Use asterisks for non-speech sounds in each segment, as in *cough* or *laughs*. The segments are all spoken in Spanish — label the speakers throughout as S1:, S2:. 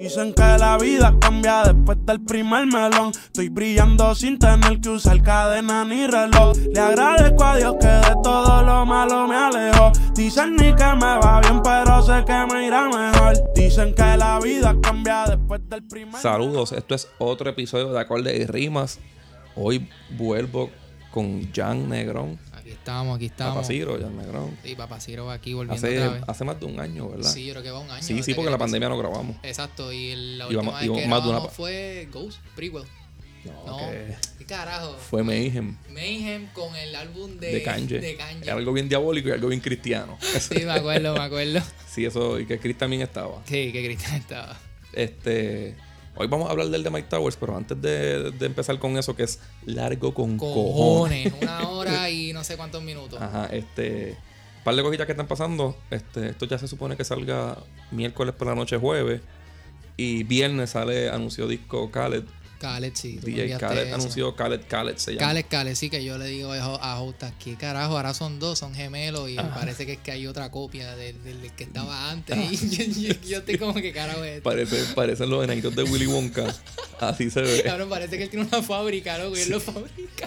S1: Dicen que la vida cambia después del primer melón. Estoy brillando sin tener que usar cadena ni reloj. Le agradezco a Dios que de todo lo malo me alejó. Dicen ni que me va bien, pero sé que me irá mejor. Dicen que la vida cambia después del primer
S2: Saludos, esto es otro episodio de Acordes y Rimas. Hoy vuelvo con Jan Negrón,
S3: Aquí estamos, aquí estamos.
S2: Papaciro, Jan Negrón.
S3: Sí, Papaciro va aquí volviendo
S2: Hace,
S3: otra vez.
S2: hace más de un año, ¿verdad?
S3: Sí, yo creo que va un año.
S2: sí,
S3: desde
S2: sí,
S3: que
S2: porque la
S3: pasó.
S2: pandemia no grabamos.
S3: Exacto, y el- la
S2: Y
S3: última
S2: vamos- y
S3: vez que
S2: vamos más de una
S3: grabamos
S2: pa-
S3: fue Ghost, Prequel.
S2: No,
S3: No,
S2: que
S3: qué carajo.
S2: fue Mayhem
S3: Mayhem con el álbum de,
S2: de Kanye.
S3: de Kanye.
S2: Era algo bien diabólico y algo bien
S3: *laughs*
S2: cristiano.
S3: Sí, me acuerdo, me acuerdo.
S2: sí, eso, y que Chris también estaba.
S3: Sí, que Cristian estaba.
S2: Este, hoy vamos a hablar del de Mike Towers, pero antes de, de empezar con eso, que es largo con cojones.
S3: Cojones,
S2: *laughs*
S3: una hora y no sé cuántos minutos.
S2: Ajá, este. Par de cositas que están pasando. Este, esto ya se supone que salga miércoles por la noche, jueves. Y viernes sale, anunció disco Khaled.
S3: Khaled, sí. tú me
S2: DJ
S3: enviaste
S2: Khaled
S3: eso.
S2: anunció Khaled, Khaled se llama.
S3: Khaled, Khaled, sí, que yo le digo a Jo- a Jota, ¿qué carajo? Ahora son dos, son gemelos y me parece que es que hay otra copia del, del que estaba antes. *laughs* Y yo, yo- yo estoy como que carajo es esto.
S2: Parece- parecen los enanitos de Willy
S3: *laughs*
S2: Wonka. Así se ve.
S3: Cabrón, parece que él tiene una fábrica, loco, y él lo fabrica.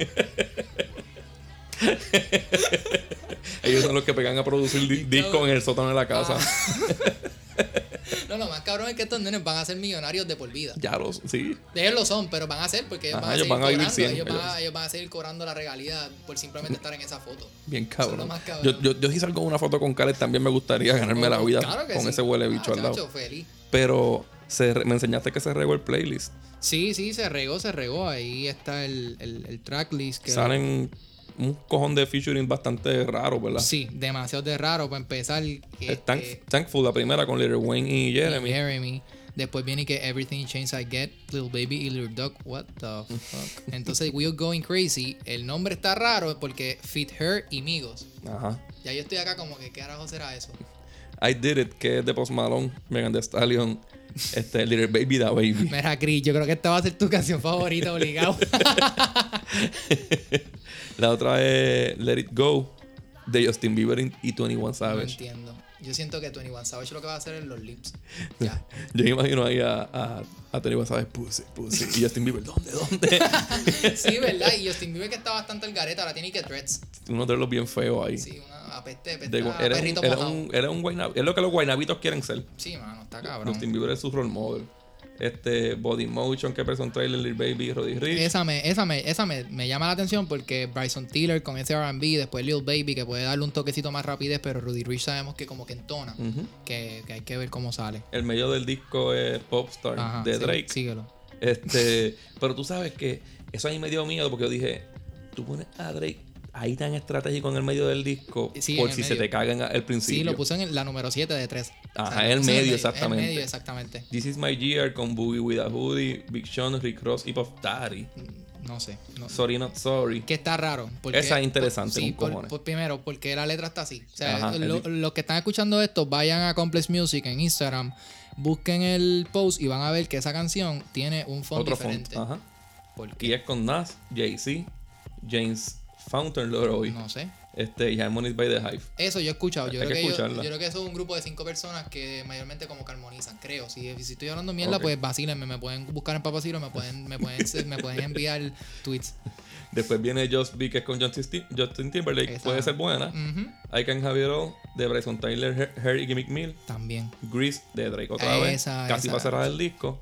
S2: Ellos son los que pegan a producir di- discos en el sótano de la casa.
S3: *laughs* Ah. No, lo más cabrón es que estos nenes van a ser millonarios de por vida.
S2: *laughs* Ya los, sí.
S3: De ellos lo son, pero van a ser porque ellos
S2: Ajá,
S3: van a
S2: ellos
S3: seguir
S2: van a vivir
S3: cobrando.
S2: cien,
S3: ellos, van
S2: ellos-
S3: a, ellos van a seguir cobrando la regalidad por simplemente estar en esa foto.
S2: Bien
S3: Son lo
S2: cabrón.
S3: más cabrón.
S2: Yo, yo, yo si salgo en una foto con Khaled también me gustaría ganarme la vida
S3: Oh, Claro que
S2: con
S3: sí.
S2: ese huele bicho
S3: Ah,
S2: al lado.
S3: chacho, feliz.
S2: Pero se re- me enseñaste que se regó el playlist.
S3: Sí, sí, se regó, se regó. Ahí está el, el, el tracklist. Que
S2: Salen un cojón de featuring bastante raro, ¿verdad?
S3: Sí, demasiado de raro para empezar.
S2: Es
S3: este,
S2: Thank- Thankful, la primera con Little Wayne y Jeremy.
S3: Jeremy. Después viene que Everything Changes I Get, Little Baby y Little Duck. What the
S2: *laughs*
S3: fuck. Entonces, We're Going Crazy. El nombre está raro porque Fit Her y Migos.
S2: Ajá.
S3: Ya yo estoy acá como que, ¿qué carajo será eso?
S2: I Did It, que es de Post Malone, Megan Thee
S3: *laughs*
S2: Stallion, este, Little Baby Da Baby.
S3: Mira, Chris, yo creo que esta va a ser tu canción favorita,
S2: *laughs*
S3: obligado.
S2: La otra es Let It Go, de Justin Bieber y 21
S3: no
S2: Savage.
S3: entiendo. Yo siento que 21 Savage lo que va a hacer es los lips. Ya.
S2: *laughs* Yo imagino ahí a, a, a 21 Savage, pussy, pussy, y Justin Bieber, ¿dónde,
S3: *laughs*
S2: dónde?
S3: Sí, ¿verdad? Y Justin Bieber que está bastante el gareta, ahora tiene que dreads.
S2: Uno de los bien feos ahí.
S3: Sí, una apeste, apeste.
S2: De-
S3: a
S2: era,
S3: perrito
S2: un, era,
S3: mojado.
S2: un, era un guayna- es lo que los guaynabitos quieren ser.
S3: Sí, mano, está cabrón.
S2: Justin Bieber es su role model. Este, Body Motion, que Person Trailer, Lil Baby, Roddy Rich.
S3: Esa, me, esa, me, esa me, me llama la atención porque Bryson Tiller con ese RB, después Lil Baby, que puede darle un toquecito más rapidez, pero Rudy Rich sabemos que como que entona,
S2: Ujú.
S3: que, que hay que ver cómo sale.
S2: El medio del disco es Popstar
S3: Ajá,
S2: de
S3: sí,
S2: Drake.
S3: síguelo.
S2: Este, pero tú sabes que eso a mí me dio miedo porque yo dije, tú pones a Drake ahí tan estratégico en el medio del disco
S3: Sí,
S2: por
S3: en el
S2: si se
S3: medio.
S2: te cagan al
S3: Sí,
S2: principio.
S3: lo puso en la número 7 de 3.
S2: Ajá, en el medio,
S3: En
S2: exactamente.
S3: el medio, exactamente.
S2: This is my year con Boogie with a Hoodie, Big Sean, Rick Ross y Puff Daddy.
S3: Mm, No sé. No,
S2: Sorry not sorry.
S3: que está raro. Porque,
S2: Esa es interesante,
S3: Sí,
S2: con
S3: por-
S2: cojones.
S3: por- primero, porque la letra está así. O sea,
S2: Ajá,
S3: lo-
S2: es di-
S3: los que están escuchando esto, vayan a Complex Music en Instagram, busquen el post y van a ver que esa canción tiene un fondo
S2: Otro
S3: diferente.
S2: font. Ajá.
S3: ¿Por qué?
S2: Y es con Nas, Jay-Z, James Fountain Leroy,
S3: No sé.
S2: este, y Harmonies by the Hive.
S3: Eso yo he escuchado. Yo,
S2: Hay
S3: creo
S2: que
S3: que yo-
S2: escucharla.
S3: yo, creo que eso es un grupo de cinco personas que mayormente como que armonizan, creo. Si, si estoy hablando mierda,
S2: Ok.
S3: pues vacílenme. Me pueden buscar en Papaciro, me pueden, me pueden, me pueden enviar tweets.
S2: Después viene Just Be, que es con Justin, Tim- Justin Timberlake.
S3: Esa. Mm.
S2: Puede ser buena.
S3: Ujú.
S2: I Can Have It All, de Bryson Tyler, Her- Harry y McMill.
S3: También.
S2: Grease de Drake otra vez.
S3: Esa,
S2: Casi
S3: esa.
S2: va a cerrar el disco.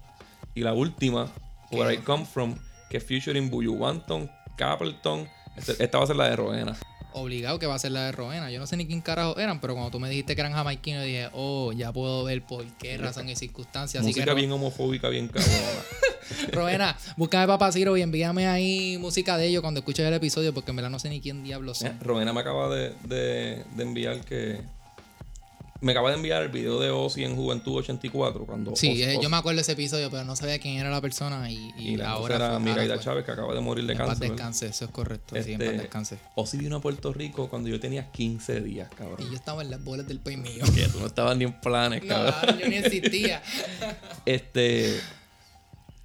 S2: Y la última, Where I Come From, que es featuring Buyu Wanton, Capleton. Este- Esta va a ser la de Roena.
S3: Obligado que va a ser la de Roena. Yo no sé ni quién carajo eran, pero cuando tú me dijiste que eran jamaiquinos, dije, oh, ya puedo ver por qué razón y circunstancias. Así que
S2: Música
S3: Ro-
S2: bien homofóbica, bien cabrona. *laughs*
S3: Roena, búscame Papaciro y envíame ahí música de ellos cuando escuches el episodio, porque en verdad no sé ni quién diablos
S2: Eh,
S3: son.
S2: Roena me acaba de, de- de enviar que. Me acaba de enviar el video de Ozzy en Juventud 84. Cuando
S3: Sí,
S2: Oz-
S3: eh,
S2: Oz-
S3: yo me acuerdo de ese episodio, pero no sabía quién era la persona y, y
S2: Y la ahora
S3: ahora.
S2: era
S3: fue-
S2: Miraida
S3: ahora fue.
S2: Chávez, que acaba de morir de
S3: En paz
S2: cáncer.
S3: descanse, eso es correcto. Sí, en
S2: Este,
S3: paz descanse.
S2: Ozzy vino a Puerto Rico cuando yo tenía 15 días,
S3: Y
S2: cabrón.
S3: yo estaba en las bolas del
S2: *laughs*
S3: pay mío.
S2: Que tú no estabas ni en planes,
S3: No,
S2: cabrón.
S3: yo ni existía.
S2: Este.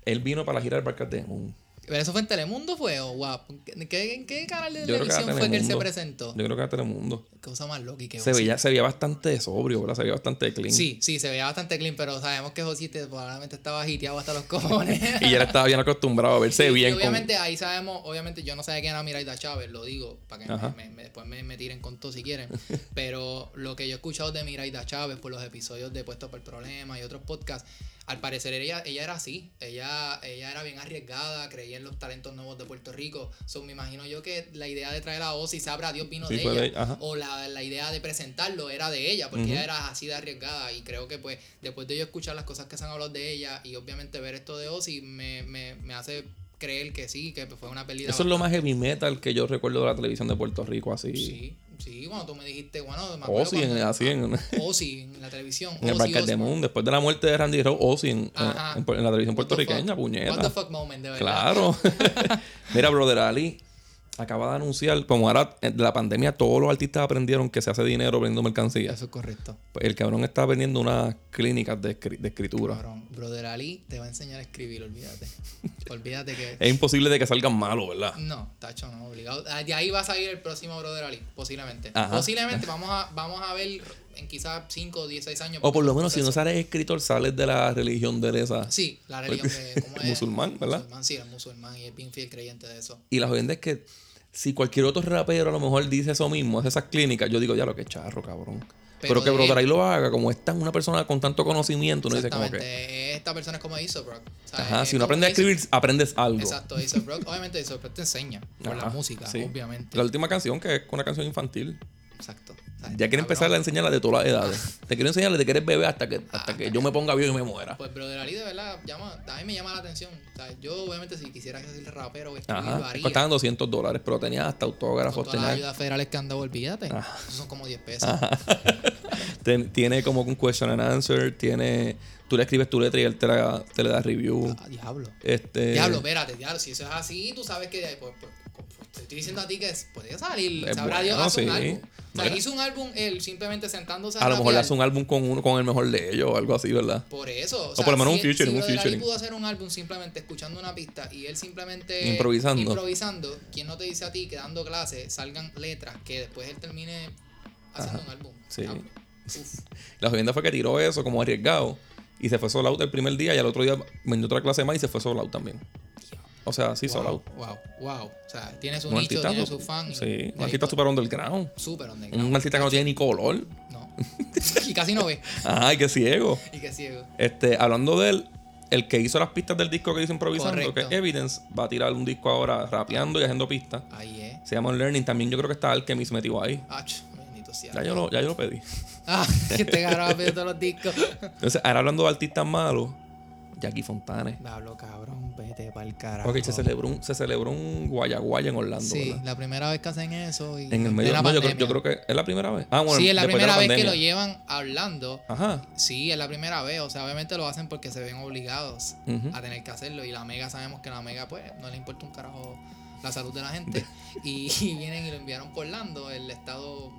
S2: Él vino para la gira del Barca de Moon.
S3: ¿Pero eso fue en Telemundo fue o guap? ¿En qué, en qué canal de
S2: Yo creo que era
S3: televisión fue que él se
S2: Telemundo.
S3: presentó?
S2: Yo creo que era Telemundo.
S3: Cosa más loca y que
S2: Se veía, se veía bastante sobrio, ¿verdad? Se veía bastante clean.
S3: Sí, sí, se veía bastante clean, pero sabemos que Josi te- probablemente estaba hiteado hasta los cojones.
S2: Y ya él estaba bien acostumbrado a verse
S3: Y
S2: bien con-
S3: obviamente ahí sabemos, obviamente yo no sabía quién era Miraida Chávez, lo digo, para que
S2: Ajá.
S3: me- me- me- después me, me tiren con todo si
S2: *laughs*
S3: quieren. Pero lo que yo he escuchado de Miraida Chávez por los episodios de Puesto por el Problema y otros podcasts, al parecer ella, ella era así, ella, ella era bien arriesgada, creía en los talentos nuevos de Puerto Rico. So, me imagino yo que la idea de traer a Ozzy, sabrá Dios vino
S2: Sí,
S3: de
S2: fue
S3: ella.
S2: de ella, ajá.
S3: o la, la idea de presentarlo era de ella, porque
S2: Ujú.
S3: ella era así de arriesgada. Y creo que pues, después de yo escuchar las cosas que se han hablado de ella, y obviamente ver esto de Ozzy, me, me, me hace creer que sí, que pues, fue una pérdida.
S2: Eso es lo más heavy metal que yo recuerdo de la televisión de Puerto Rico, así.
S3: Sí, sí, cuando tú me dijiste, bueno, me acuerdo
S2: Ozzy, en-
S3: cuando-
S2: así en,
S3: Ozzy en la televisión.
S2: en el
S3: Ozzy
S2: Barca de
S3: Osbourne.
S2: Moon. Después de la muerte de Randy Rowe, Ozzy en,
S3: Ajá.
S2: en- en la televisión
S3: What the
S2: puertorriqueña,
S3: fuck? What the
S2: puñeta.
S3: fuck moment, de verdad.
S2: Claro. *laughs* Mira, brother Ali acaba de anunciar, como ahora eh, de la pandemia todos los artistas aprendieron que se hace dinero vendiendo mercancías.
S3: Eso es correcto.
S2: Pues El cabrón está vendiendo unas clínicas de, escri- de escritura.
S3: Cabrón, Brother Ali te va a enseñar a
S2: *laughs*
S3: escribir, olvídate. olvídate que.
S2: Es imposible de que salgan malos, ¿verdad?
S3: No, Tacho, no, obligado. Ah, De ahí va a salir el próximo Brother Ali, posiblemente.
S2: Ajá.
S3: Posiblemente vamos a, vamos a ver en quizás 5 o 16 años.
S2: O por lo menos si no sales escritor, sales de la religión de esa.
S3: Sí, la religión de.
S2: *laughs*
S3: ¿cómo es?
S2: Musulmán, ¿verdad?
S3: Musulmán, sí, el musulmán y es bien fiel creyente de eso.
S2: Y la jodienda es que si cualquier otro rapero a lo mejor dice eso mismo, hace esas clínicas, yo digo, ya lo que charro, cabrón.
S3: Pero
S2: Pero, que
S3: de-
S2: Brother ahí lo haga, como es tan una persona con tanto conocimiento, uno dice como
S3: Exactamente.
S2: que.
S3: Esta persona es como Aesop Rock. O sea,
S2: Ajá,
S3: es
S2: si no
S3: como
S2: aprendes a
S3: Aesop-
S2: escribir, aprendes algo.
S3: Exacto, Aesop Rock. Obviamente Aesop Rock te enseña por la
S2: Ajá,
S3: música,
S2: sí.
S3: obviamente.
S2: La última canción, que es una canción infantil.
S3: Exacto.
S2: Ya quiero empezar a enseñarla de todas las
S3: *laughs*
S2: edades. Te quiero enseñar desde que eres bebé hasta que, hasta que yo me ponga viejo y me muera.
S3: Ah, Pues Brother Ali de verdad llama, a mí me llama la atención. O sea, yo obviamente si quisiera ser rapero o escribir, lo
S2: Ajá.
S3: haría.
S2: Costaban 200 dólares, pero tenía hasta
S3: Con
S2: autógrafos.
S3: todas las
S2: Tenía,
S3: ayudas federales que han dado, olvídate. Eso son como 10 pesos.
S2: ten- tiene como un question and answer. Tiene, tú le escribes tu letra y él te, la, te le da review.
S3: Ah, diablo.
S2: Este,
S3: Diablo, espérate, diablo. Si eso es así, tú sabes que pues, pues, pues, te estoy diciendo a ti que es- podría salir.
S2: Es
S3: Sabrá Dios
S2: Eh, bueno,
S3: hace un
S2: sí.
S3: álbum. O sea,
S2: Mira.
S3: hizo un álbum él simplemente sentándose
S2: A lo mejor le
S3: rapear.
S2: hace un álbum con uno, con el mejor de ellos o algo así, ¿verdad?
S3: Por eso. O,
S2: por lo menos un
S3: si-
S2: featuring, un
S3: si Brother Ali
S2: featuring.
S3: pudo hacer un álbum simplemente escuchando una pista y él simplemente.
S2: Improvisando.
S3: Improvisando. ¿Quién no te dice a ti que dando clases salgan letras que después él termine haciendo un álbum?
S2: sí.
S3: Diablo. Uf.
S2: La jodienda fue que tiró eso como arriesgado y se fue sold out el primer día y al otro día vendió otra clase más y se fue sold out también. O sea, sí, sold
S3: wow,
S2: out.
S3: wow, wow. O sea, tiene su
S2: Un
S3: nicho,
S2: artista
S3: tiene
S2: su-
S3: su fan. y-
S2: Sí, un
S3: y-
S2: artista super underground.
S3: Súper underground.
S2: Un artista que no tiene ni color.
S3: *laughs* No. y casi no ve.
S2: Ay, qué ciego.
S3: Y que ciego.
S2: Este, hablando de él, el que hizo las pistas del disco que hizo improvisando,
S3: Correcto.
S2: que es Evidence, va a tirar un disco ahora rapeando y haciendo pistas.
S3: Ahí es.
S2: Se llama Learning. También yo creo que está Alchemist metido ahí.
S3: Ach, bendito sea.
S2: Ya yo lo, ya yo lo pedí.
S3: *laughs*
S2: *laughs*
S3: Ah, que te ganaba todos los discos. *laughs*
S2: Entonces, ahora hablando de artistas malos, Jackie Fontane.
S3: Diablo, cabrón, vete pa'l carajo.
S2: Ok, se celebró un, se celebró un guayaguaya en Orlando,
S3: Sí,
S2: ¿verdad?
S3: la primera vez que hacen eso. Y
S2: En el medio.
S3: plena
S2: no, yo, creo-
S3: pandemia.
S2: yo creo que es la primera vez. Ah, bueno,
S3: sí, es la
S2: después de
S3: primera vez que lo
S2: pandemia.
S3: llevan hablando.
S2: Ajá.
S3: Sí, es la primera vez. O sea, obviamente lo hacen porque se ven obligados
S2: Ujú.
S3: a tener que hacerlo. Y la mega, sabemos que la mega, pues, no le importa un carajo la salud de la gente. y, *laughs* y vienen y lo enviaron por Orlando, el estado.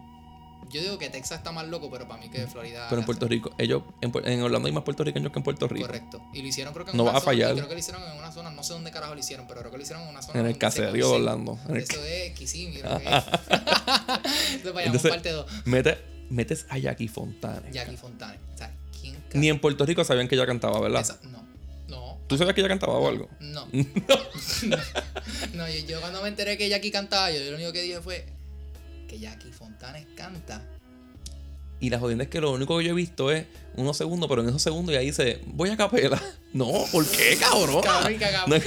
S3: Yo digo que Texas está más loco, pero para mí que Florida.
S2: Pero en Puerto Rico, ellos, en, Pu- en Orlando hay más puertorriqueños que en Puerto Rico.
S3: Correcto. Y lo hicieron creo que en
S2: No
S3: una
S2: va a
S3: zona- y
S2: fallar.
S3: Creo que lo hicieron en una zona, no sé dónde carajo lo hicieron, pero creo que lo hicieron en una zona.
S2: En el
S3: donde se
S2: caserío de
S3: conse-
S2: Orlando. En el Ah.
S3: Eso es Kissimmee, creo que es. *laughs* Entonces, vayamos
S2: Entonces-
S3: parte 2.
S2: Mete- metes a Jackie Fontane.
S3: Jackie Fontane. O sea, ¿quién ca-
S2: Ni en Puerto Rico sabían que ella cantaba, ¿verdad?
S3: esa- No, no,
S2: ¿Tú sabías que ella cantaba o algo? *laughs*
S3: no. *laughs* no, yo, yo cuando me enteré que Jackie cantaba, yo, yo lo único que dije fue que Jackie Fontane canta.
S2: Y la jodienda es que lo único que yo he visto es unos segundos, pero en esos segundos ya dice, voy a capela. *laughs* No, ¿por
S3: *laughs*
S2: qué, cabrón?
S3: Cabrón, y cagamos.
S2: No,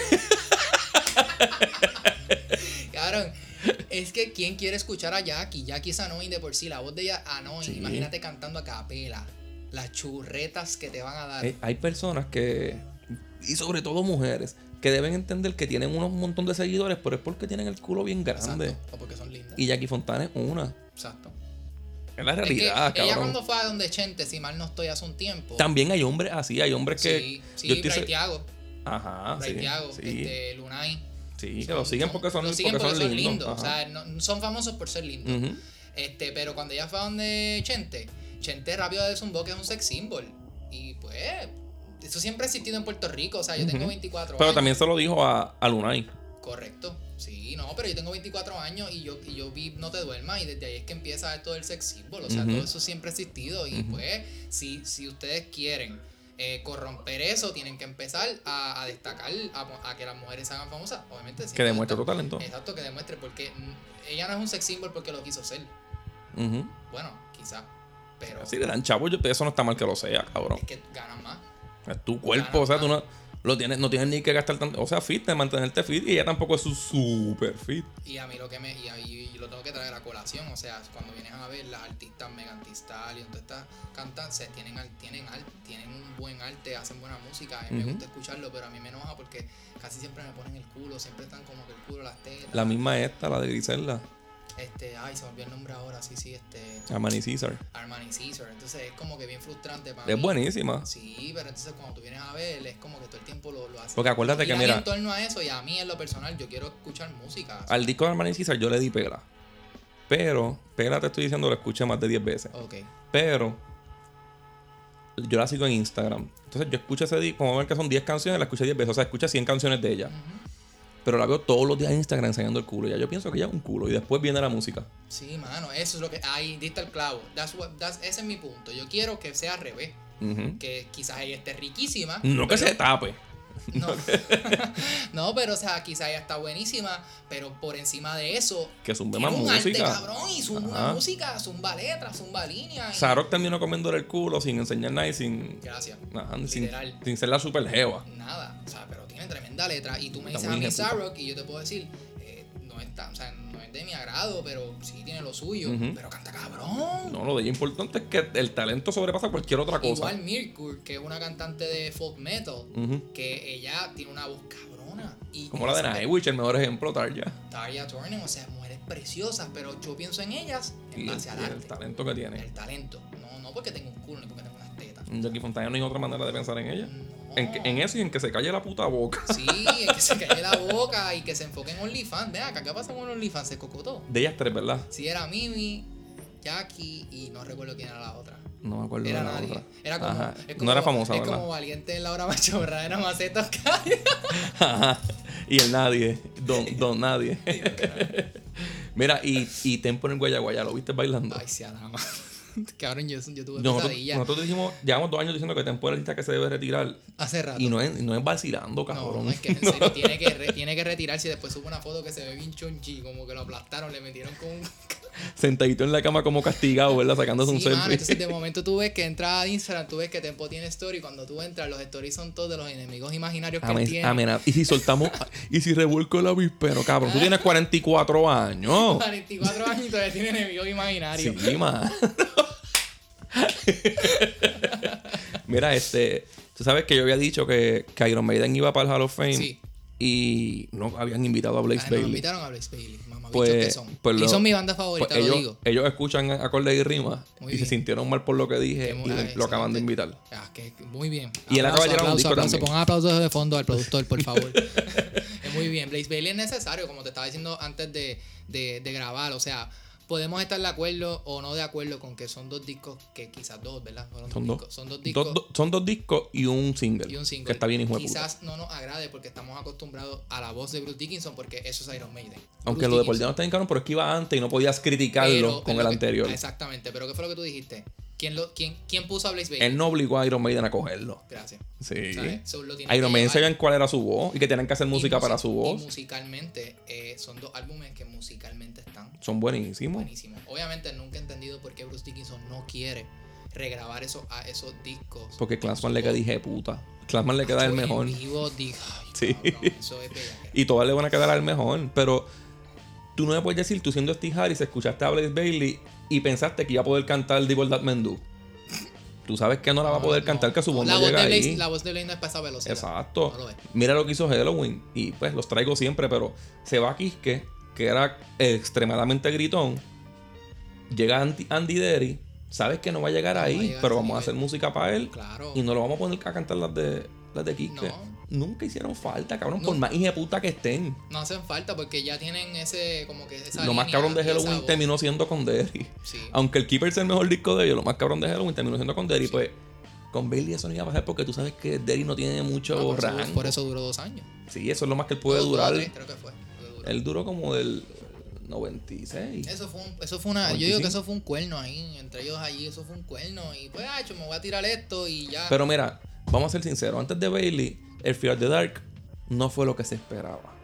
S3: *laughs* Cabrón, es que ¿quién quiere escuchar a Jackie? Jackie es annoying de por sí, la voz de ella annoying.
S2: Sí.
S3: Imagínate cantando a capela. Las churretas que te van a dar.
S2: Eh, Hay personas que, y sobre todo mujeres, que deben entender que tienen unos montón de seguidores, pero es porque tienen el culo bien grande.
S3: Exacto. O porque son lindas.
S2: Y Jackie Fontana es una.
S3: Exacto.
S2: Es la
S3: Es que
S2: realidad,
S3: ella
S2: cabrón.
S3: cuando fue a donde Chente, si mal no estoy hace un tiempo.
S2: También hay hombres así, hay hombres que.
S3: sí, sí,
S2: yo estoy
S3: Bray
S2: se-
S3: Thiago,
S2: Ajá,
S3: Bray
S2: sí.
S3: Thiago,
S2: sí,
S3: este, Lunay.
S2: sí, que lo siguen porque son,
S3: lo siguen
S2: porque son lindos.
S3: O
S2: ajá.
S3: sea, no- son famosos por ser lindos.
S2: Ujú.
S3: Este, pero cuando ella fue a donde Chente, Chente rápido de un que es un sex symbol. Y pues, Eso siempre ha existido en Puerto Rico, o sea, yo tengo
S2: Ujú.
S3: 24
S2: Pero
S3: años.
S2: también se lo dijo a, a Lunay.
S3: Correcto. Sí, no, pero yo tengo 24 años y yo, y yo vi No te duermas y desde ahí es que empieza todo el sex symbol. O sea,
S2: Ujú.
S3: todo eso siempre ha existido y
S2: Ujú.
S3: pues si, si ustedes quieren eh, corromper eso, tienen que empezar a, a destacar, a, mo- a que las mujeres se hagan famosas, obviamente.
S2: Que
S3: siempre
S2: demuestra tu
S3: está-
S2: talento.
S3: Exacto, que demuestre, porque mm, ella no es un sex symbol porque lo quiso ser.
S2: Ujú.
S3: Bueno, quizás, pero
S2: Si le dan chavo, yo- eso no está mal que lo sea, cabrón.
S3: es que ganan más.
S2: Es tu cuerpo,
S3: Claro,
S2: o sea, tú no,
S3: claro.
S2: lo tienes, no tienes ni que gastar tanto. O sea, fit, de mantenerte fit y ella tampoco es su super fit.
S3: Y a mí lo que me. Y, a- y- y lo tengo que traer a colación. O sea, cuando vienes a ver las artistas megantistal y todas estas cantantes, tienen, al- tienen, al- tienen un buen arte, hacen buena música. y
S2: Ujú.
S3: me gusta escucharlo, pero a mí me enoja porque casi siempre me ponen el culo, siempre están como que el culo, las tetas.
S2: La misma esta, la de Griselda,
S3: Este, ay, se me olvidó el nombre ahora, sí, sí, este.
S2: Armani Caesar.
S3: Armani Caesar. Entonces es como que bien frustrante para
S2: Es
S3: mí.
S2: buenísima.
S3: Sí, pero entonces cuando tú vienes a ver, es como que todo el tiempo lo, lo hacen.
S2: Porque acuérdate que,
S3: Giran
S2: mira,
S3: en torno a eso y a mí en lo personal yo quiero escuchar música.
S2: al disco de Armani Caesar yo le di pela. Pero, pela te estoy diciendo, lo escuché más de 10 veces.
S3: Ok.
S2: Pero, yo la sigo en Instagram. Entonces, yo escucho ese disco, como ven que son 10 canciones, la escuché 10 veces. O sea, escuché 100 canciones de ella.
S3: Ujú.
S2: Pero la veo todos los días en Instagram enseñando el culo. Ya yo pienso que ella es un culo. Y después viene la música.
S3: Sí, mano, eso es lo que. Ahí diste el clavo. That's what- that's- ese es mi punto. Yo quiero que sea al revés.
S2: Ujú.
S3: Que quizás ella esté riquísima.
S2: No que
S3: pero-
S2: se tape. *laughs*
S3: No, *laughs* No, pero o sea, quizás ella está buenísima. Pero por encima de eso.
S2: Que zumbe
S3: tiene
S2: más
S3: un
S2: música.
S3: arte, cabrón. Y zumba
S2: Ajá.
S3: música, zumba letras, zumba líneas. y-
S2: Sarok terminó comiéndole el culo sin enseñar nada y sin.
S3: Gracias.
S2: ajá, sin,
S3: Literal.
S2: sin ser la super jeva.
S3: Nada. O sea, pero tiene tremenda letra. Y tú me
S2: Está
S3: dices a
S2: muy
S3: mí
S2: ejecuta.
S3: Sarok y yo te puedo decir. eh, no está, o sea, no es de mi agrado, pero sí tiene lo suyo.
S2: Ujú.
S3: Pero canta cabrón.
S2: No, lo de ella importante es que el talento sobrepasa cualquier otra cosa.
S3: Igual Mirkur, que es una cantante de folk metal,
S2: Ujú.
S3: que ella tiene una voz cabrona. Y
S2: Como la de Nightwish, el mejor ejemplo, Tarja.
S3: Tarja Turner, o sea, mujeres preciosas, pero yo pienso en ellas en
S2: Y el,
S3: base al
S2: y el
S3: arte.
S2: talento que tiene.
S3: El talento. No, no porque tengo un culo ni porque tengo unas tetas.
S2: Jackie Fontana no hay otra manera de pensar en ella.
S3: No.
S2: *laughs* En, que- en eso y en que se calle la puta boca. *laughs*
S3: Sí, es que se calle la boca y que se enfoque en OnlyFans. Ve acá, ¿qué pasa con OnlyFans? Se cocotó.
S2: De ellas tres, ¿verdad?
S3: Si era Mimi, Jackie y no recuerdo quién era la otra.
S2: No me acuerdo
S3: Era
S2: de la
S3: nadie.
S2: otra.
S3: Era como,
S2: Ajá.
S3: es como-
S2: no era famosa,
S3: Es
S2: ¿verdad?
S3: como valiente en la *laughs* hora machorra, era Maceto Oscar.
S2: *laughs* Ajá. Y el nadie. Don, don
S3: *laughs*
S2: nadie. *laughs* Mira, y, y Tempo en el Guayaguaya, ¿lo viste bailando?
S3: Ay, se alama. *laughs* Cabrón, yo, yo tuve
S2: Nosotros,
S3: pesadilla
S2: nosotros dijimos, llevamos dos años diciendo que Tempo es el artista que se debe retirar.
S3: hace rato.
S2: Y no es, no es vacilando,
S3: no,
S2: cabrón.
S3: no, es que en serio tiene, que re- tiene que retirarse y después sube una foto que se ve bien chonchi, como que lo aplastaron, le metieron con un...
S2: *laughs* Sentadito en la cama como castigado, ¿verdad? Sacándose un
S3: Sí, mano,
S2: selfie. *laughs*
S3: entonces de momento tú ves que entra a Instagram, tú ves que Tempo tiene story, cuando tú entras los stories son todos de los enemigos imaginarios que él
S2: Amen-
S3: tiene. *laughs*
S2: amena- Y si soltamos, y si revuelco el avispero, cabrón. Tú tienes 44 años.
S3: 44 años y todavía tiene enemigos imaginarios.
S2: Sí, mano. *laughs* Mira, este. Tú sabes que yo había dicho que, que Iron Maiden iba para el Hall of Fame.
S3: Sí.
S2: Y no habían invitado a Blaze
S3: Ah, no, me
S2: Bailey.
S3: invitaron a Blaze Bailey, mamá,
S2: Pues-
S3: que son.
S2: pues
S3: y
S2: lo-
S3: son mi banda favorita,
S2: Pues
S3: lo
S2: ellos,
S3: digo.
S2: ellos escuchan acordes y rimas y
S3: Muy
S2: se
S3: bien.
S2: sintieron mal por lo que dije
S3: Que mu-
S2: y
S3: ah,
S2: le- lo acaban de
S3: excelente.
S2: invitar.
S3: Ah, que, que muy bien.
S2: Y él acaba de llegar a un
S3: aplauso,
S2: disco
S3: aplauso,
S2: también.
S3: Pongan aplausos de fondo al productor, por
S2: *laughs*
S3: favor. es muy bien. Blaze Bailey es necesario, como te estaba diciendo antes de, de- de grabar. O sea, podemos estar de acuerdo o no de acuerdo con que son dos discos, que quizás dos, ¿verdad? Fueron
S2: Son
S3: discos-
S2: dos.
S3: Son dos discos.
S2: Dos- dos- son dos discos y un single.
S3: y un single.
S2: Que está bien, hijo de puta.
S3: Quizás no nos agrade porque estamos acostumbrados a la voz de Bruce Dickinson porque eso es Iron Maiden.
S2: Aunque
S3: Bruce
S2: lo de
S3: Dickinson.
S2: Paul Diano está bien caro, pero es que iba antes y no podías criticarlo
S3: Pero-
S2: con el
S3: pero que- Ah,
S2: anterior.
S3: Exactamente, pero ¿qué fue lo que tú dijiste? ¿Quién, lo, quién, quién puso a Blaze Bailey?
S2: Él no obligó a Iron Maiden a cogerlo.
S3: Gracias.
S2: Sí.
S3: ¿Sabes? So, lo tienen que
S2: Iron Maiden
S3: llevar.
S2: sabían cuál era su voz y que tenían que hacer música
S3: Y
S2: para
S3: musi-
S2: su
S3: Y
S2: voz.
S3: musicalmente, eh, son dos álbumes que musicalmente están
S2: Son buenísimos.
S3: buenísimos. Obviamente nunca he entendido por qué Bruce Dickinson no quiere regrabar esos, a esos discos.
S2: Porque Clansman le queda dije puta. Clansman le queda el
S3: Yo en
S2: mejor.
S3: vivo digo, "Ay,
S2: *laughs* Sí.
S3: cabrón, eso es bellaquera".
S2: Y todas le van a quedar al mejor. Pero tú no me puedes decir, tú siendo Steve Harris, escuchaste a Blaze Bailey y pensaste que iba a poder cantar The That Men Do. Tú sabes que no la va a poder
S3: No,
S2: cantar, que su
S3: no,
S2: voz
S3: la
S2: no
S3: voz
S2: llega
S3: de Blaze-
S2: ahí.
S3: La voz de Blaze no es para esa velocidad.
S2: Exacto.
S3: No lo es.
S2: Mira lo que hizo Halloween. Y pues los traigo siempre, pero se va a Quisque, que era extremadamente gritón. Llega Andy, Andy Derry. Sabes que no va a llegar
S3: No va a
S2: ahí,
S3: llegar
S2: pero
S3: a ese
S2: vamos a
S3: nivel.
S2: hacer música para él.
S3: Claro.
S2: Y no lo vamos a poner a cantar las de, las de Quisque.
S3: No.
S2: Nunca hicieron falta, cabrón.
S3: No.
S2: Por más puta que estén.
S3: No hacen falta porque ya tienen ese, como que esa
S2: lo más
S3: línea
S2: cabrón de
S3: y esa
S2: Halloween
S3: voz.
S2: terminó siendo con Derry.
S3: Sí.
S2: Aunque el Keeper es el mejor disco de ellos, lo más cabrón de Halloween terminó siendo con Derry. Pues Con Bailey eso no iba a pasar porque tú sabes que Derry no tiene mucho
S3: No, Ah, por, eso,
S2: rango.
S3: por eso duró dos años.
S2: Sí, eso es lo más que él puede
S3: Dos, dos,
S2: durar.
S3: tres, creo que fue. lo que duró.
S2: Él duró como del 96.
S3: Eso fue, un- eso fue una. Yo digo
S2: 25.
S3: que eso fue un cuerno ahí. Entre ellos allí, eso fue un cuerno. Y pues, ah, yo me voy a tirar esto y ya.
S2: Pero mira, vamos a ser sinceros. Antes de Bailey, el Fear of the Dark no fue lo que se esperaba.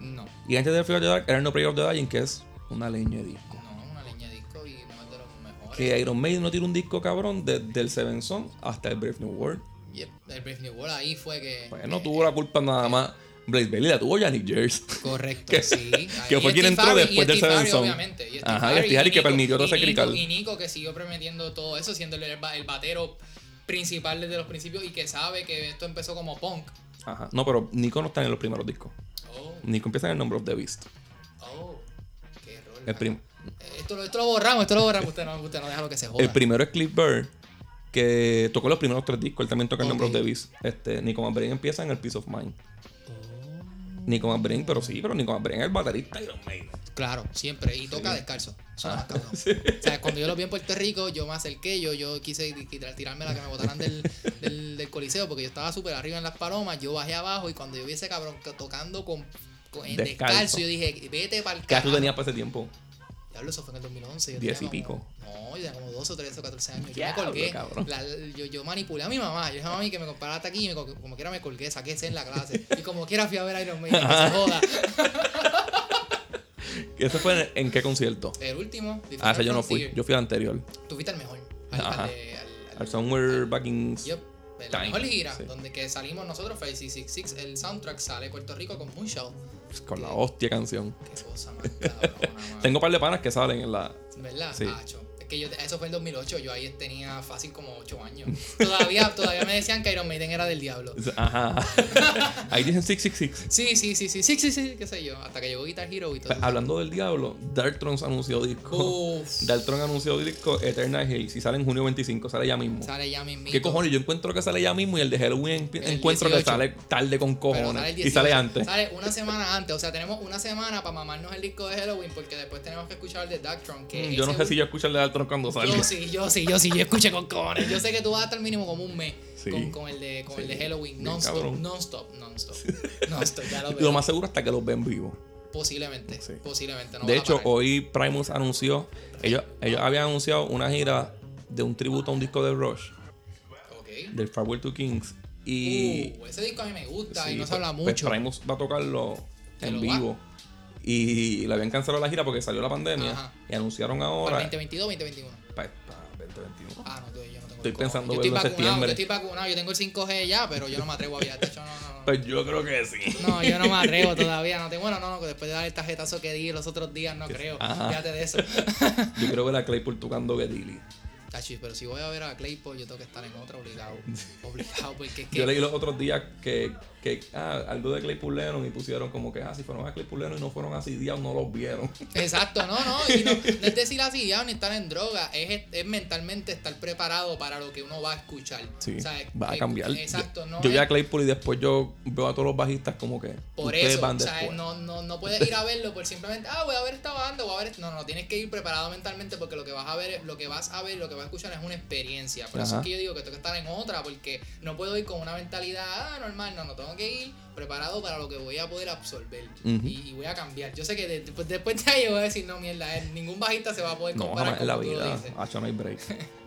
S3: no,
S2: Y antes de Fear of the Dark era el No Prayer of the Dying, que es una leña de disco.
S3: no, una leña de disco y no es de los mejores.
S2: Que Iron Maiden no tiene un disco cabrón desde el Seven Son hasta el Brave New World.
S3: Y el, el Brave New World ahí fue que.
S2: Pues no tuvo la culpa nada más. Blaze Bailey la tuvo Yannick Jers.
S3: Correcto,
S2: Que-
S3: sí. Ahí
S2: *laughs* que fue
S3: Steve
S2: quien entró
S3: Harvey-
S2: después
S3: y
S2: del
S3: Steve Harvey,
S2: Seven Son.
S3: obviamente, y Steve
S2: Ajá, y
S3: Harvey,
S2: Steve Harvey que
S3: Nico-
S2: permitió todo ese
S3: y Nico-
S2: crical.
S3: Y Nico que siguió prometiendo todo eso, siendo el, ba- el batero principal desde los principios y que sabe que esto empezó como punk.
S2: Ajá. No, pero Nico no está en los primeros discos.
S3: Oh,
S2: Nico empieza en el Number of the Beast.
S3: oh, qué error.
S2: El, prim-
S3: Esto, lo- esto lo borramos, esto lo borramos. Usted no, usted no deja lo que se joda.
S2: el primero es Cliff Bird, que tocó los primeros tres discos. Él también toca el Number
S3: Ok.
S2: of the Beast. Este, Nico McBrain empieza en el Peace of Mind.
S3: Oh.
S2: Nico McBrain, pero sí, pero Nico McBrain es el baterista de Iron Maiden.
S3: Claro, siempre. Y toca descalzo. Eso
S2: Ah,
S3: es más cabrón.
S2: *laughs*
S3: O sea, cuando yo lo vi en Puerto Rico, yo me acerqué, yo, yo quise quitar- tirarme la que me botaran del, del, del coliseo, porque yo estaba súper arriba en las palomas, yo bajé abajo y cuando yo vi ese cabrón que- tocando con, con- en descalzo.
S2: Descalzo.
S3: yo dije, vete para el
S2: ¿Qué edad tú
S3: carajo".
S2: tenías para ese tiempo?
S3: Diablo, eso fue en el 2011. Yo
S2: Diez
S3: tenía
S2: y
S3: como- No, yo tenía como 12 o 13 o 14 años. Yo me
S2: Diablo,
S3: colgué.
S2: cabrón.
S3: La- yo, yo manipulé a mi mamá. Yo dije a mami que me comprara hasta aquí y me col- como quiera me colgué, saqué C en la clase. Y como quiera fui a ver a Iron Maiden, que
S2: *laughs*
S3: se joda.
S2: ¿Eso fue en, en qué concierto?
S3: El último. The
S2: Ah,
S3: Final
S2: ese yo no fui.
S3: Frontier.
S2: Yo fui al anterior.
S3: Tú fuiste el mejor. Al,
S2: Ajá.
S3: al de- al- al-
S2: Al Somewhere Back in...
S3: Yup, de la
S2: Time,
S3: mejor gira
S2: sí.
S3: donde que salimos nosotros fue el 666. El soundtrack sale de Puerto Rico con Moonshot.
S2: pues, Con la hostia canción.
S3: Qué cosa más
S2: *laughs*
S3: cabrona, man.
S2: Tengo un par de panas que salen en la...
S3: ¿Verdad?
S2: Sí.
S3: Acho. Es que yo, eso fue el 2008. Yo ahí tenía fácil como 8 años.
S2: *laughs*
S3: Todavía, todavía me decían que Iron Maiden era del diablo.
S2: Ajá.
S3: *laughs*
S2: Ahí dicen 666.
S3: Sí, sí, sí, sí, sí, sí, sí, qué sé yo. Hasta que llegó Guitar Hero y todo. eso.
S2: Pues, Hablando del diablo, Darktron anunció disco.
S3: Uf,
S2: Darktron anunció disco Eternal Hill. Si sale en junio 25, sale ya mismo.
S3: sale ya mismito.
S2: ¿Qué cojones? Yo encuentro que sale ya mismo y el de Halloween empi-
S3: El
S2: encuentro
S3: 18.
S2: que sale tarde con
S3: Pero
S2: cojones.
S3: sale el
S2: y sale
S3: 18,
S2: antes.
S3: Sale una semana antes. O sea, tenemos una semana para mamarnos el disco de Halloween porque después tenemos que escuchar el de Darktron. Que
S2: Mm, yo no
S3: ese
S2: sé si yo escucho el de Darktron cuando salga.
S3: Yo sí, yo sí, yo sí, yo escuché con cojones. Yo sé que tú vas a estar mínimo como un mes
S2: Sí.
S3: con, con el de, con el de
S2: Sí.
S3: Halloween.
S2: Bien
S3: Non-stop,
S2: cabrón.
S3: non-stop, non-stop. Non-stop, ya lo
S2: Lo
S3: veo.
S2: más seguro hasta que los ven vivos.
S3: Posiblemente,
S2: Sí.
S3: posiblemente. No
S2: De
S3: van a
S2: hecho,
S3: parar.
S2: hoy Primus anunció, ellos, ellos habían anunciado una gira de un tributo a un disco de Rush,
S3: Ok.
S2: del Farewell to Kings. Y
S3: Uh, ese disco a mí me gusta
S2: Sí,
S3: y no se
S2: pues-
S3: habla
S2: pues
S3: mucho.
S2: Primus va a tocarlo
S3: Que
S2: en
S3: lo va.
S2: vivo. Y le habían cancelado la gira porque salió la pandemia.
S3: Ajá.
S2: Y anunciaron
S3: Para
S2: ahora.
S3: 2022, 2021.
S2: pa- pa- 2021.
S3: Ah, no, yo no tengo
S2: Estoy
S3: el cojones.
S2: pensando
S3: yo
S2: verlo en
S3: vacunado,
S2: septiembre.
S3: Yo estoy vacunado, yo tengo el 5G ya, pero yo no me atrevo a viajar. De hecho, no, no, no.
S2: Pues yo creo que sí.
S3: No, yo
S2: *laughs*
S3: no me atrevo todavía. No te, bueno, no, no, que después de dar el tarjetazo que di los otros días, no creo.
S2: Ajá.
S3: Fíjate de eso. *laughs*
S2: Yo quiero ver a Claypool tocando Gedili.
S3: Tachi, pero si voy a ver a Claypool, yo tengo que estar en otra
S2: *laughs*
S3: obligado. Obligado, porque es que.
S2: Yo leí los otros días que, que ah, algo de Claypool Lennon y pusieron como que ah, si fueron a Claypool Lennon y no fueron así días, no los vieron.
S3: Exacto, no, no. Y no, no es decir así, ya, ni estar en droga. Es, es mentalmente estar preparado para lo que uno va a escuchar.
S2: Sí,
S3: O sea,
S2: va a
S3: eh,
S2: cambiar.
S3: Exacto, no.
S2: yo
S3: es-
S2: ya Claypool y después yo veo a todos los bajistas como que
S3: por
S2: ustedes
S3: eso,
S2: van
S3: o sea,
S2: después.
S3: no, no, no puedes ir a verlo por simplemente, ah, voy a ver esta banda, voy a ver esto. No, no, tienes que ir preparado mentalmente porque lo que vas a ver, es- lo que vas a ver, lo que vas a escuchar es una experiencia. Por eso
S2: Ajá.
S3: es que yo digo que tengo que estar en otra, porque no puedo ir con una mentalidad, ah, normal, no, no, tengo que ir preparado para lo que voy a poder absorber
S2: Ujú.
S3: y, y voy a cambiar. Yo sé que de- después, después de ahí voy a decir, no, mierda, eh, ningún bajista se va a poder
S2: No,
S3: comparar
S2: jamás en la
S3: como tú lo
S2: vida. Ah,
S3: dices.
S2: Hacho, no hay
S3: *laughs*
S2: break.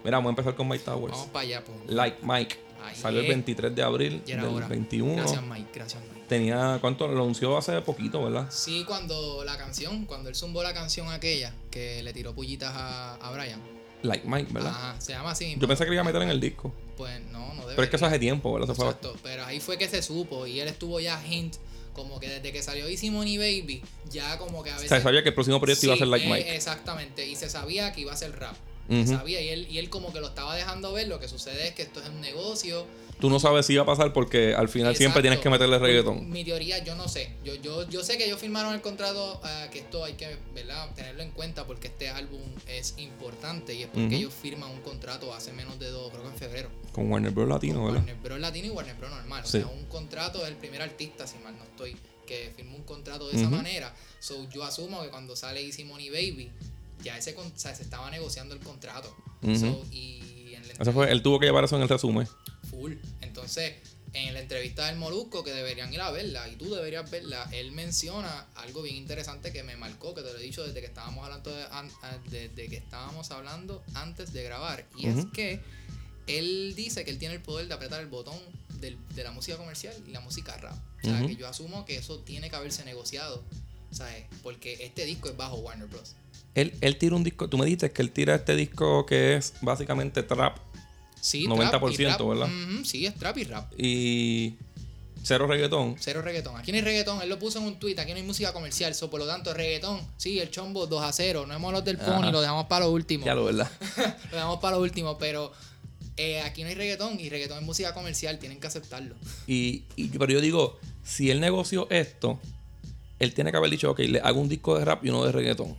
S2: Mira, vamos a empezar con Mike Towers.
S3: Vamos para allá, pues.
S2: Like Mike.
S3: Ahí
S2: Salió el
S3: es.
S2: 23 de abril
S3: Y era
S2: del
S3: hora.
S2: 21.
S3: Gracias, Mike, gracias, Mike.
S2: Tenía, ¿cuánto? Lo anunció hace poquito, ¿verdad?
S3: Sí, cuando la canción, cuando él zumbó la canción aquella que le tiró pullitas a, a Brian.
S2: Like Mike, ¿verdad?
S3: Ajá, se llama así.
S2: Yo pensé que lo iba a meter en el disco.
S3: Pues no, no debe.
S2: Pero es que eso hace tiempo, ¿verdad? Eso fue-
S3: Exacto, pero ahí fue que se supo y él estuvo ya hint, como que desde que salió Easy Money Baby, ya como que a
S2: o
S3: veces.
S2: sea, sabía que el próximo proyecto iba a ser
S3: Sí,
S2: Like
S3: eh,
S2: Mike.
S3: Exactamente, y se sabía que iba a ser rap.
S2: Ujú.
S3: Se sabía, y él, y él como que lo estaba dejando ver. Lo que sucede es que esto es un negocio.
S2: Tú no sabes si iba a pasar porque al final siempre
S3: eh. Exacto.
S2: tienes que meterle
S3: Mi,
S2: reggaetón.
S3: mi teoría, yo no sé. Yo, yo, yo sé que ellos firmaron el contrato, ah, que esto hay que ¿verdad? tenerlo en cuenta porque este álbum es importante y es porque
S2: Ujú.
S3: ellos firman un contrato hace menos de dos, creo que en febrero.
S2: Con Warner Bros. Latino, ¿verdad?
S3: Warner Bros. Latino y Warner Bros. Normal.
S2: Sí.
S3: O sea, un contrato es el primer artista, si mal no estoy, que firmó un contrato de esa
S2: Ujú.
S3: manera. So, yo asumo que cuando sale Easy Money Baby, ya ese con- o sea, se estaba negociando el contrato.
S2: Ujú.
S3: So, y en la
S2: Eso fue, él tuvo que llevar eso en el resumen.
S3: full. Entonces, en la entrevista del Molusco, que deberían ir a verla, y tú deberías verla, él menciona algo bien interesante que me marcó, que te lo he dicho desde que estábamos hablando, de- an- a- desde que estábamos hablando antes de grabar, y es
S2: Ujú.
S3: que él dice que él tiene el poder de apretar el botón del- de la música comercial y la música rap. O sea,
S2: Ujú.
S3: que yo asumo que eso tiene que haberse negociado, ¿sabes? Porque este disco es bajo Warner Bros.
S2: Él, él tira un disco, tú me dijiste que él tira este disco que es básicamente trap
S3: Sí,
S2: 90%,
S3: trap y rap.
S2: ¿verdad?
S3: Ujú, sí, es trap y rap.
S2: y cero reggaetón.
S3: Cero reggaetón. Aquí no hay reggaetón, él lo puso en un tweet, aquí no hay música comercial, so, por lo tanto, reggaetón, sí, el chombo 2 a 0, no hemos los del
S2: Ajá.
S3: pony, lo dejamos para lo último.
S2: Ya lo verdad.
S3: *laughs* Lo dejamos para lo último, pero eh, aquí no hay reggaetón y reggaetón es música comercial, tienen que aceptarlo.
S2: Y, y- pero yo digo, si él negoció esto, él tiene que haber dicho, ok, le hago un disco de rap y uno de reggaetón.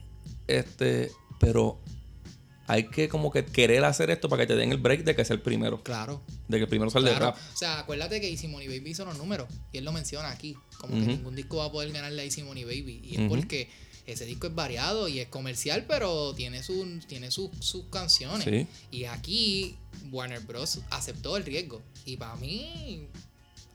S2: Este, pero hay que como que querer hacer esto para que te den el break de que es el primero.
S3: Claro.
S2: De que primero sale
S3: claro.
S2: de rap.
S3: O sea, acuérdate que Easy Money Baby hizo los números y él lo menciona aquí, como
S2: Ujú.
S3: que ningún disco va a poder ganarle a Easy Money Baby y es
S2: Ujú.
S3: porque ese disco es variado y es comercial, pero tiene, su, tiene sus- sus canciones.
S2: Sí.
S3: Y aquí Warner Bros. aceptó el riesgo. Y para mí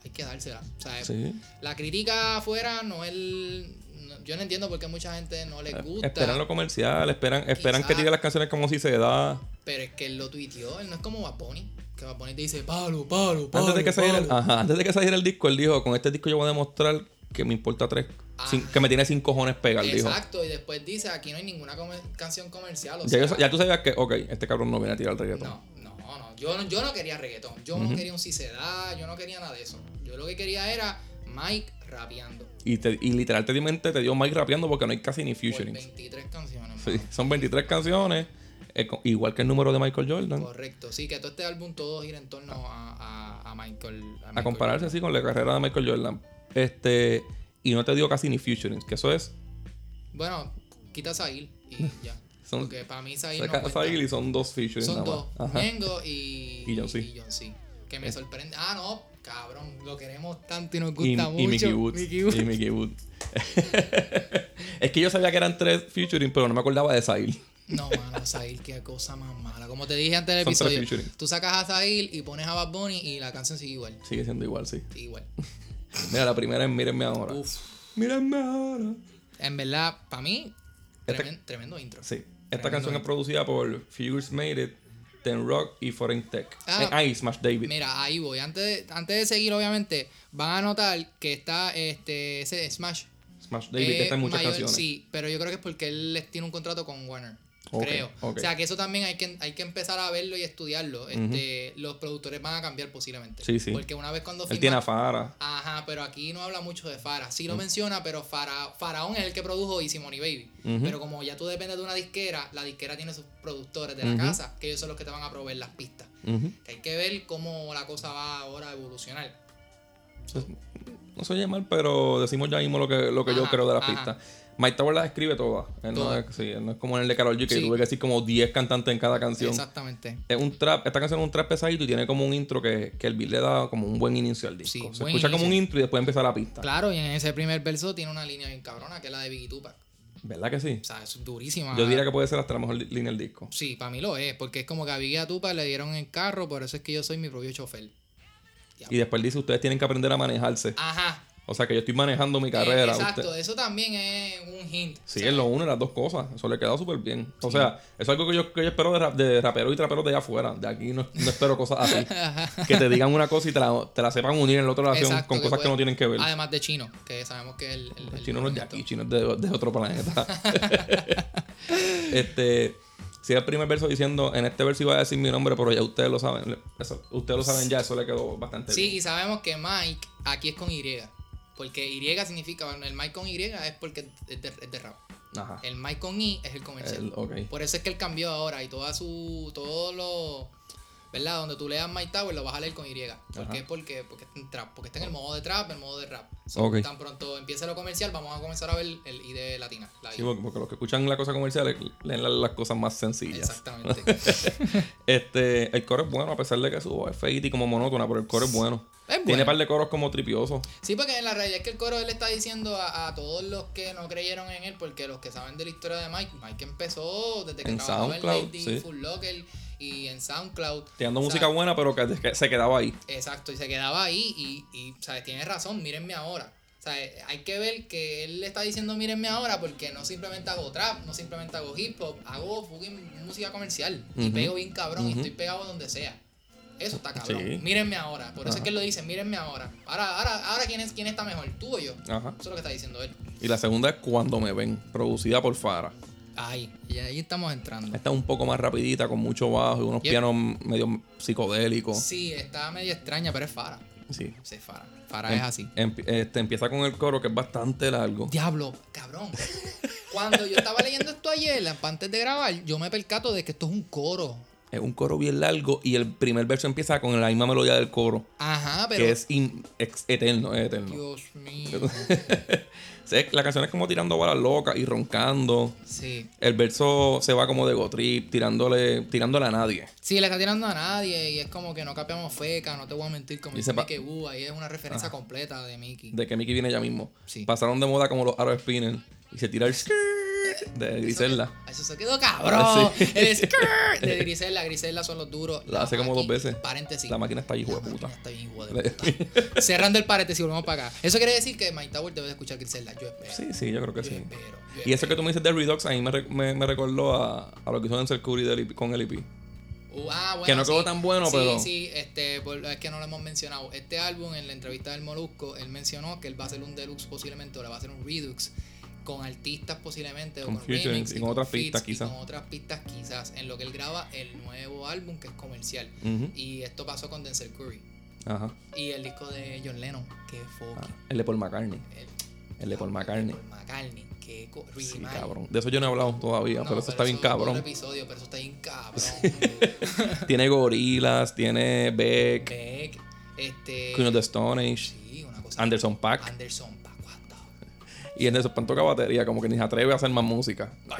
S3: hay que dársela. O sea,
S2: Sí.
S3: La crítica afuera no es... el- no- yo no entiendo por qué mucha gente no
S2: Eh,
S3: les gusta.
S2: Esperan lo comercial, esperan, esperan que
S3: Quizá.
S2: tire las canciones como si se da.
S3: Pero es que él lo tuiteó. Él no es como Baponi. Que Baponi te dice, palo, palo, palo.
S2: Antes de, que saliera,
S3: palo".
S2: ajá, antes de que saliera el disco, él dijo, con este disco yo voy a demostrar que me importa tres, cin- que me tiene sin cojones pegar, Ah, dijo.
S3: Ah. Exacto. Y después dice, aquí no hay ninguna comer- canción comercial. O
S2: Ya, yo sa-
S3: sea,
S2: ya tú sabías que, ok, este cabrón no viene a tirar el reggaetón.
S3: No, no, no. Yo, no- yo no quería reggaetón. Yo no quería un si se da. Yo no quería nada de eso. Yo lo que quería era Mike rapeando.
S2: Y, te, y literalmente te dio Mike rapeando porque no hay casi ni
S3: Por
S2: featuring.
S3: 23 canciones.
S2: Sí,
S3: mano.
S2: son 23 canciones, eh, co- igual que el número de Michael Jordan.
S3: Correcto, sí, que todo este álbum todo gira en torno a, a- a Michael. a
S2: A
S3: Michael
S2: compararse así con la carrera de Michael Jordan. Este, y no te dio casi ni featuring, que eso es.
S3: Jordan. Bueno, quita Sahil
S2: *laughs*
S3: y ya.
S2: Son-
S3: Porque para mí Sahil no
S2: saca-
S3: cuenta.
S2: saca- y son dos featuring
S3: Son
S2: nada
S3: dos,
S2: más. Ajá.
S3: Ñengo y,
S2: Y John C.
S3: John C. Que me sorprende. Ah, no, cabrón, lo queremos tanto y nos gusta
S2: Y,
S3: mucho.
S2: y Mickey Woods.
S3: Mickey Woods.
S2: Y Mickey Woods. *laughs* es que yo sabía que eran tres featuring, pero no me acordaba de Sahil.
S3: No, mano, Sahil, qué cosa más mala. Como te dije antes del
S2: Son tres
S3: episodio,
S2: featuring.
S3: tú sacas a Sahil y pones a Bad Bunny y la canción sigue igual.
S2: Sigue siendo igual, sí. *laughs*
S3: Igual.
S2: Mira, la primera es Mírenme ahora.
S3: Uf.
S2: Mírenme ahora.
S3: En verdad, para mí,
S2: Este-
S3: tremen- tremendo intro.
S2: Sí. Esta
S3: Tremendo.
S2: canción es producida por Figures Made It, Ten Rock y Foreign Tech.
S3: Ah.
S2: Eh, Ah, y Smash David.
S3: Mira, ahí voy. Antes de, antes de seguir, obviamente, van a notar que está este ese Smash.
S2: Smash David, que
S3: es
S2: está en muchas
S3: eh, mayor,
S2: canciones.
S3: Sí, pero yo creo que es porque él les tiene un contrato con Warner.
S2: Ok,
S3: creo.
S2: ok.
S3: O sea que eso también hay que, hay que empezar a verlo y estudiarlo. Este, Los productores van a cambiar posiblemente.
S2: Sí, sí.
S3: Porque una vez cuando
S2: Él
S3: firman-
S2: tiene a Mm. Farah.
S3: Ajá, pero aquí no habla mucho de Farah. Sí lo menciona, pero Farah, Faraón es el que produjo Easy Money Baby.
S2: Ujú.
S3: Pero como ya tú dependes de una disquera, la disquera tiene sus productores de la
S2: Ujú.
S3: casa, que ellos son los que te van a proveer las pistas.
S2: Ujú.
S3: Que hay que ver cómo la cosa va ahora a evolucionar.
S2: No se oye mal, pero decimos ya mismo lo que, lo que yo
S3: Ajá,
S2: creo de la
S3: ajá.
S2: pista. Mike Tower las escribe todas. Él no,
S3: Todas.
S2: es, sí, él no es como en el de Carol G, que
S3: Sí.
S2: tuve que decir como 10 cantantes en cada canción.
S3: Exactamente.
S2: Es un trap, esta canción es un trap pesadito y tiene como un intro que, que el beat le da como un buen inicio al disco.
S3: Sí,
S2: Se
S3: buen
S2: escucha como un
S3: inicio.
S2: intro y después empieza la pista.
S3: Claro, y en ese primer verso tiene una línea bien cabrona, que es la de Biggie Tupac.
S2: ¿Verdad que sí?
S3: O sea, es durísima.
S2: Yo diría que puede ser hasta la mejor li- línea del disco.
S3: Sí, para mí lo es, porque es como que a Biggie y a Tupac le dieron el carro, por eso es que yo soy mi propio chofer.
S2: Y después dice, ustedes tienen que aprender a manejarse.
S3: Ajá.
S2: O sea que yo estoy manejando mi
S3: Eh,
S2: carrera.
S3: exacto,
S2: usted-
S3: eso también es un hint.
S2: Sí, es lo uno y las dos cosas. Eso le queda súper bien. O sea, eso es algo que yo, que yo espero de, rap- de raperos y traperos de allá afuera. De aquí no, no espero cosas
S3: *laughs*
S2: así. que te digan una cosa y te la, te la sepan unir en la otra oración
S3: Exacto,
S2: Ah, con cosas que
S3: puede-
S2: no tienen que ver.
S3: Además de chino, que sabemos que es el, el-
S2: el
S3: el
S2: chino no es de
S3: momento.
S2: aquí, chino es de, de otro
S3: *laughs*
S2: planeta. *laughs* este, si el primer verso diciendo, en este verso iba a decir mi nombre, pero ya ustedes lo saben. Eso- ustedes lo saben ya, eso le quedó bastante
S3: Sí,
S2: bien.
S3: y sabemos que Mike aquí es con Y. Porque Y significa, bueno, el Mike con Y es porque es de, es de rap.
S2: Ajá.
S3: El Mike con I es el comercial.
S2: Ah.
S3: Pues,
S2: El- ok.
S3: Por eso es que él cambió ahora y toda su. Todo lo. ¿Verdad? Donde tú leas Mike Tower lo vas a leer con Y. ¿Por
S2: Ajá.
S3: qué? Porque, porque está en trap. Porque está en el modo de trap, el modo de rap. So,
S2: Ok.
S3: Tan pronto empiece lo comercial, vamos a comenzar a ver el ID latina. La
S2: Sí,
S3: I.
S2: porque, porque los que escuchan la cosa comercial le- leen la- las cosas más sencillas.
S3: Exactamente.
S2: *laughs* Este, el coro es bueno, a pesar de que su voz es feita y como monótona, pero el coro es bueno.
S3: Es bueno.
S2: Tiene par de coros como tripiosos.
S3: Sí, porque en la realidad es que el coro él está diciendo a, a todos los que no creyeron en él, porque los que saben de la historia de Mike, Mike empezó desde que
S2: En
S3: trabajaba en
S2: SoundCloud,
S3: Lightning,
S2: sí.
S3: Full Locker, y en SoundCloud.
S2: Te dando
S3: O sea,
S2: música buena, pero que, que se quedaba ahí.
S3: Exacto, y se quedaba ahí y, y ¿sabes? Tienes razón, mírenme ahora. ¿Sabes? Hay que ver que él le está diciendo mírenme ahora porque no simplemente hago trap, no simplemente hago hip hop, hago fucking música comercial y
S2: Ujú.
S3: pego bien cabrón y
S2: Ujú.
S3: estoy pegado donde sea. Eso está cabrón.
S2: Sí.
S3: Mírenme ahora. Por eso es
S2: Ajá.
S3: que él lo dice, mírenme ahora. Ahora, ahora, ahora quién es quién está mejor, tú o yo. Eso
S2: Ajá.
S3: es lo que está diciendo él.
S2: Y la segunda es Cuando me ven, producida por Fara.
S3: Ay, y ahí estamos entrando.
S2: Esta es un poco más rapidita, con mucho bajo y unos
S3: Yep.
S2: pianos medio psicodélicos.
S3: Sí, está medio extraña, pero es Fara.
S2: Sí.
S3: Sí, es Fara. Fara Ah, es
S2: Em-
S3: así.
S2: empi- este, empieza con el coro que es bastante largo.
S3: Diablo,
S2: *laughs*
S3: cabrón. Cuando yo estaba leyendo esto ayer, la- antes de grabar, yo me percato de que esto es un coro.
S2: Es un coro bien largo y el primer verso empieza con la misma melodía del coro,
S3: Ajá, pero.
S2: que es in- ex- eterno, es eterno.
S3: Dios mío.
S2: O sea, La canción es como tirando balas locas y roncando.
S3: Sí.
S2: El verso se va como de gotrip, tirándole, tirándole a nadie.
S3: Sí, le está tirando a nadie y es como que no capeamos feca, no te voy a mentir, como
S2: Y
S3: dice
S2: sepa-
S3: Mickey Boo, ahí es una referencia completa de Mickey.
S2: De que Mickey viene ya mismo.
S3: Sí.
S2: Pasaron de moda como los arrow spinners. Y se tira el skirt de Griselda.
S3: Eso se quedó cabrón.
S2: *laughs* Sí.
S3: El skirt de Griselda, Griselda son los duros.
S2: La hace como dos veces.
S3: Paréntesis.
S2: La máquina está ahí, hijo
S3: La
S2: de puta.
S3: *laughs* máquina está bien,
S2: *laughs*
S3: hijo de puta. Cerrando el paréntesis, volvemos para acá. Eso quiere decir que Mike Tower debe de escuchar Griselda. Yo espero.
S2: Sí, sí, yo creo que
S3: yo
S2: sí.
S3: espero. yo
S2: Y eso que tú me dices de Redox, a mí me, re- me- me recordó a, a lo que hizo Denzel Curry del EP con el EP.
S3: Uh, ah, bueno,
S2: Que no
S3: sí.
S2: quedó tan bueno,
S3: sí,
S2: pero-
S3: Sí, este, por- es que no lo hemos mencionado. Este álbum, en la entrevista del Molusco, él mencionó que él va a hacer un deluxe posiblemente, o le va a hacer un redux, con artistas posiblemente,
S2: Con
S3: o con
S2: features
S3: remix,
S2: y con otras
S3: feats
S2: pistas,
S3: y
S2: quizás.
S3: con otras pistas quizás, en lo que él graba el nuevo álbum que es comercial.
S2: Ujú.
S3: Y esto pasó con Denzel Curry.
S2: Ajá.
S3: Y el disco de John Lennon, que
S2: Ah,
S3: fucking.
S2: el de Paul McCartney.
S3: el-
S2: El de Paul McCartney.
S3: Paul McCartney, que co-
S2: Sí,
S3: Remind.
S2: cabrón. De eso yo no he hablado todavía,
S3: No,
S2: pero eso está bien
S3: es otro
S2: cabrón.
S3: episodio, pero eso
S2: *laughs*
S3: está bien cabrón.
S2: Tiene gorilas, tiene Beck,
S3: Beck, este.
S2: Queen of the Stone Age,
S3: Sí, una cosa.
S2: Anderson Pack.
S3: Anderson Paak, what the-
S2: Y en eso pan toca batería, como que ni se atreve a hacer más música.
S3: Una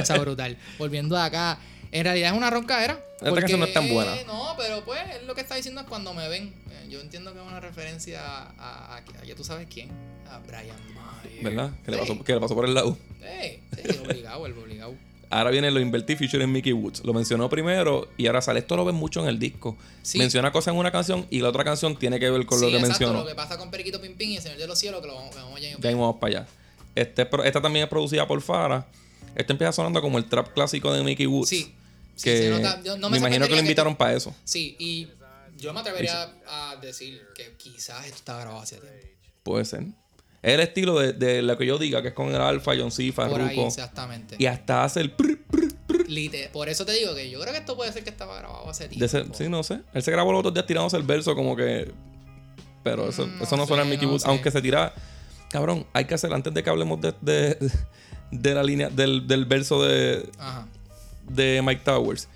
S3: cosa brutal. *laughs* Volviendo acá. En realidad es una roncadera.
S2: Esta canción no es tan buena.
S3: No, pero pues él lo que está diciendo es cuando me ven. Eh, Yo entiendo que es una referencia a, a, a- ya tú sabes quién. A Brian
S2: *laughs*
S3: Mayer.
S2: ¿Verdad? Que le
S3: Sí,
S2: pasó, que le pasó por el lado.
S3: sí, sí, obligado, el obligado.
S2: Ahora viene lo invertí featuring Mickey Woods. Lo mencionó primero y ahora sale. Esto lo ven mucho en el disco.
S3: Sí.
S2: Menciona cosas en una canción y la otra canción tiene que ver con lo
S3: Sí,
S2: que
S3: exacto,
S2: mencionó.
S3: Lo que pasa con Periquito Pimpín y el Señor de los Cielos, que lo vamos, que vamos a
S2: Ya
S3: llevar.
S2: mismo vamos para allá. Este, pro- esta también es producida por Farah. Esta empieza sonando como el trap clásico de Mickey Woods.
S3: Sí. sí,
S2: Que
S3: se nota. Yo- no
S2: me, imagino que
S3: sorprendería
S2: lo
S3: tú-
S2: invitaron para eso.
S3: Sí, y yo me atrevería a decir que quizás esto está grabado hace tiempo.
S2: Puede ser. Es el estilo de, de lo que yo diga, que es con el Alfa, John C,
S3: Por ahí,
S2: Farruko.
S3: exactamente.
S2: Y hasta hace el... prr, prr
S3: Lite- por eso te digo que yo creo que esto puede ser que estaba grabado hace tiempo.
S2: de ese- sí, no sé. Él se grabó los otros días tirándose el verso como que... Pero eso
S3: Mm,
S2: no, eso no
S3: no
S2: suena en
S3: sé,
S2: Mickey
S3: no
S2: Woods.
S3: sé.
S2: Aunque se tira... Cabrón, hay que hacer... Antes de que hablemos de, de- de la línea... Del, del verso de,
S3: Ajá.
S2: de Mike Towers.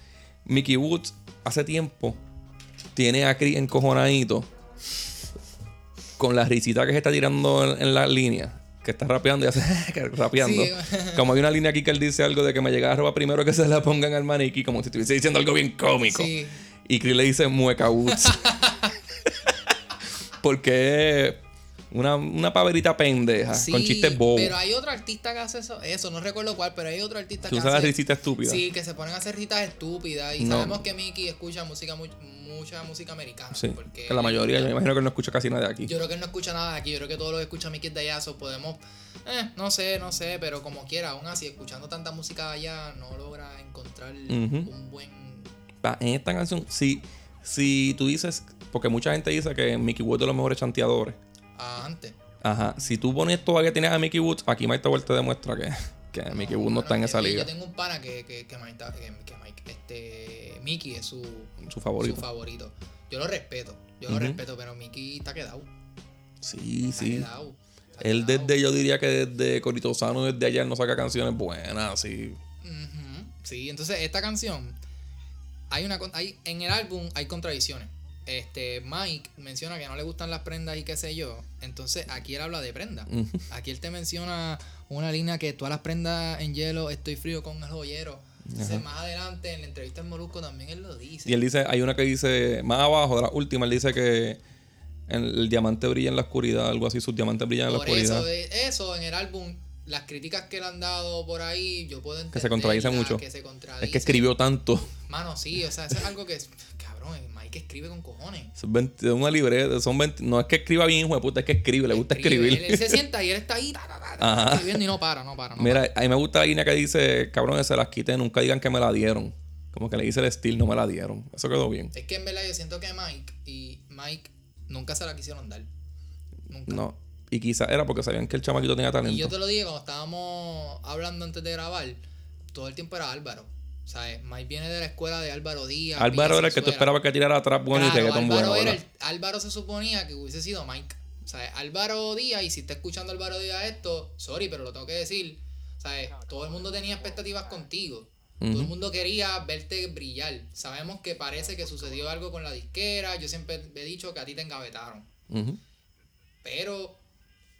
S2: Mickey Woods hace tiempo tiene a Chris encojonadito con la risita que se está tirando en, en la línea. Que está rapeando y hace *laughs* que rapeando.
S3: Sí.
S2: Como hay una línea aquí que él dice algo de que me llega a robar primero que se la pongan al maniquí, como si estuviese diciendo algo bien cómico.
S3: Sí.
S2: Y Chris le dice mueca
S3: *laughs*
S2: Woods. Porque una, una paverita pendeja,
S3: Sí,
S2: Ah, con chistes bobos.
S3: Pero hay otro artista que hace eso, eso, no recuerdo cuál, pero hay otro artista
S2: Que
S3: que
S2: usa la
S3: hace.
S2: risita estúpida.
S3: Sí, que se ponen a hacer ritas estúpidas. Y
S2: No.
S3: sabemos que Mickey escucha música mu- mucha música americana.
S2: Sí,
S3: Porque
S2: que la mayoría, yo me imagino que él no escucha casi nada de aquí.
S3: Yo creo que él no escucha nada de aquí. Yo creo que todo lo que escucha Mickey es de allá. so podemos. eh, no sé, no sé, pero como quiera, aún así, escuchando tanta música de allá, no logra encontrar
S2: Ujú.
S3: un buen.
S2: Pa- en esta canción, si, si tú dices, porque mucha gente dice que Mickey Woods es de los mejores chanteadores.
S3: ah, antes.
S2: Ajá, si tú pones todavía tienes a Mickey Woods, aquí Mike Tower te demuestra que, que Mickey Woods no está en
S3: Bueno,
S2: esa
S3: yo-
S2: liga.
S3: Yo tengo un pana que, que, que, Mike, que- que Mike- este, Mickey es su,
S2: Su
S3: su
S2: favorito.
S3: favorito. Yo lo respeto, yo lo
S2: Ujú.
S3: respeto, pero Mickey está quedado.
S2: Sí,
S3: Está
S2: sí.
S3: quedado. está
S2: Él
S3: quedado.
S2: desde, yo diría que desde Coritozano, desde allá, él no saca canciones buenas, sí.
S3: Ujú. Sí, entonces esta canción. Hay una con- hay, en el álbum hay contradicciones. Este, Mike menciona que no le gustan las prendas y qué sé yo. Entonces aquí él habla de prendas.
S2: Ujú.
S3: Aquí él te menciona una línea que todas las prendas en hielo, estoy frío con el joyero. Entonces, más adelante en la entrevista en Molusco también él lo dice.
S2: Y él dice, hay una que dice, más abajo de la última, él dice que el, el diamante brilla en la oscuridad, algo así, sus diamantes brillan en la
S3: Por eso,
S2: oscuridad.
S3: eh, eso en el álbum las críticas que le han dado por ahí, yo puedo entender.
S2: se contradice mucho.
S3: Que se contradice.
S2: Es que escribió tanto. *laughs*
S3: Mano, sí, o sea, eso es algo que. es- Cabrón, Mike escribe con cojones.
S2: Son 20 una libreta, son 20 no es que escriba bien, hijo de puta, es que escribe, le gusta escribir. *laughs*
S3: Él, él se sienta y él está ahí ta, ta, ta, ta,
S2: Ajá.
S3: escribiendo y no para, no para. No
S2: Mira, a mí me gusta la línea que dice, cabrones, se las quité, nunca digan que me la dieron. Como que le dice el estilo, no me la dieron. Eso quedó bien.
S3: para. Es que en verdad yo siento que Mike y Mike nunca se la quisieron dar. Nunca.
S2: No. Y quizás era porque sabían que el chamaquito tenía
S3: Y yo
S2: talento.
S3: te lo dije cuando estábamos hablando antes de grabar, todo el tiempo era Álvaro. ¿Sabes? Mike viene de la escuela de Álvaro Díaz.
S2: Álvaro
S3: Villa
S2: era el que tú
S3: Cizuela.
S2: esperabas que tirara atrás bueno
S3: Claro,
S2: y reggaetón
S3: Álvaro,
S2: bueno.
S3: era
S2: ¿verdad?
S3: el- Álvaro se suponía que hubiese sido Mike. ¿Sabes? Álvaro Díaz, y si está escuchando Álvaro Díaz esto, sorry, pero lo tengo que decir. ¿Sabes? Todo el mundo tenía expectativas contigo. Todo el
S2: Ujú.
S3: mundo quería verte brillar. Sabemos que parece que sucedió algo con la disquera. Yo siempre he dicho que a ti te engavetaron.
S2: Ujú.
S3: Pero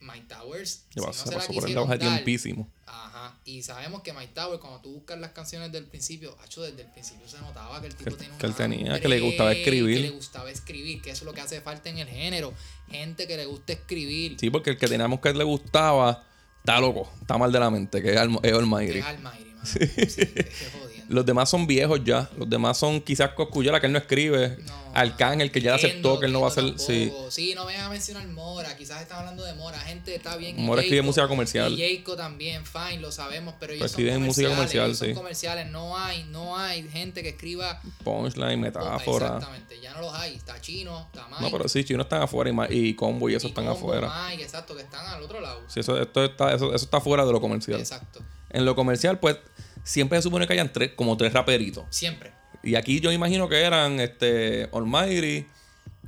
S3: Mike Towers, si
S2: Le
S3: no
S2: pasó-
S3: se la
S2: pasó por el lado
S3: quisieron
S2: a
S3: dar,
S2: tiempísimo.
S3: Ajá. Y sabemos que Mike Tower, cuando tú buscas las canciones del principio, hacho, desde el principio se notaba que el tipo
S2: Que-
S3: tenía un
S2: que él tenía,
S3: hambre,
S2: que le gustaba escribir.
S3: Que le gustaba escribir, que eso es lo que hace falta en el género. Gente que le gusta escribir.
S2: Sí, porque el que teníamos que le gustaba está loco, está mal de la mente, que es Alm- es
S3: Que
S2: Almighty.
S3: es Almighty, mano. Sí. qué jodiendo.
S2: Los demás son viejos ya. Los demás son quizás Coscuyola, que él no escribe. Arcángel, que ya le aceptó que él no va a ser.
S3: ser
S2: Sí.
S3: sí, no me a mencionar Mora. Quizás están hablando de Mora. Gente, está bien.
S2: Mora
S3: y
S2: escribe
S3: Jayco.
S2: música comercial.
S3: Y Jayco también, fine, lo sabemos. Pero ellos
S2: escriben
S3: son
S2: música
S3: comerciales.
S2: comercial,
S3: ellos son
S2: sí.
S3: comerciales. No hay, no hay gente que escriba
S2: Punchline, metáfora.
S3: Exactamente, ya no los hay. Está Chino, está Mike.
S2: No, pero sí, Chino están afuera y, Ma- y Combo y eso
S3: y
S2: están
S3: Combo,
S2: afuera.
S3: Mike, exacto, que están al otro lado.
S2: Sí, eso, esto está, eso, eso está fuera de lo comercial.
S3: Exacto.
S2: En lo comercial, pues, siempre se supone que hayan tres, como tres raperitos.
S3: Siempre.
S2: Y aquí yo imagino que eran este Almighty,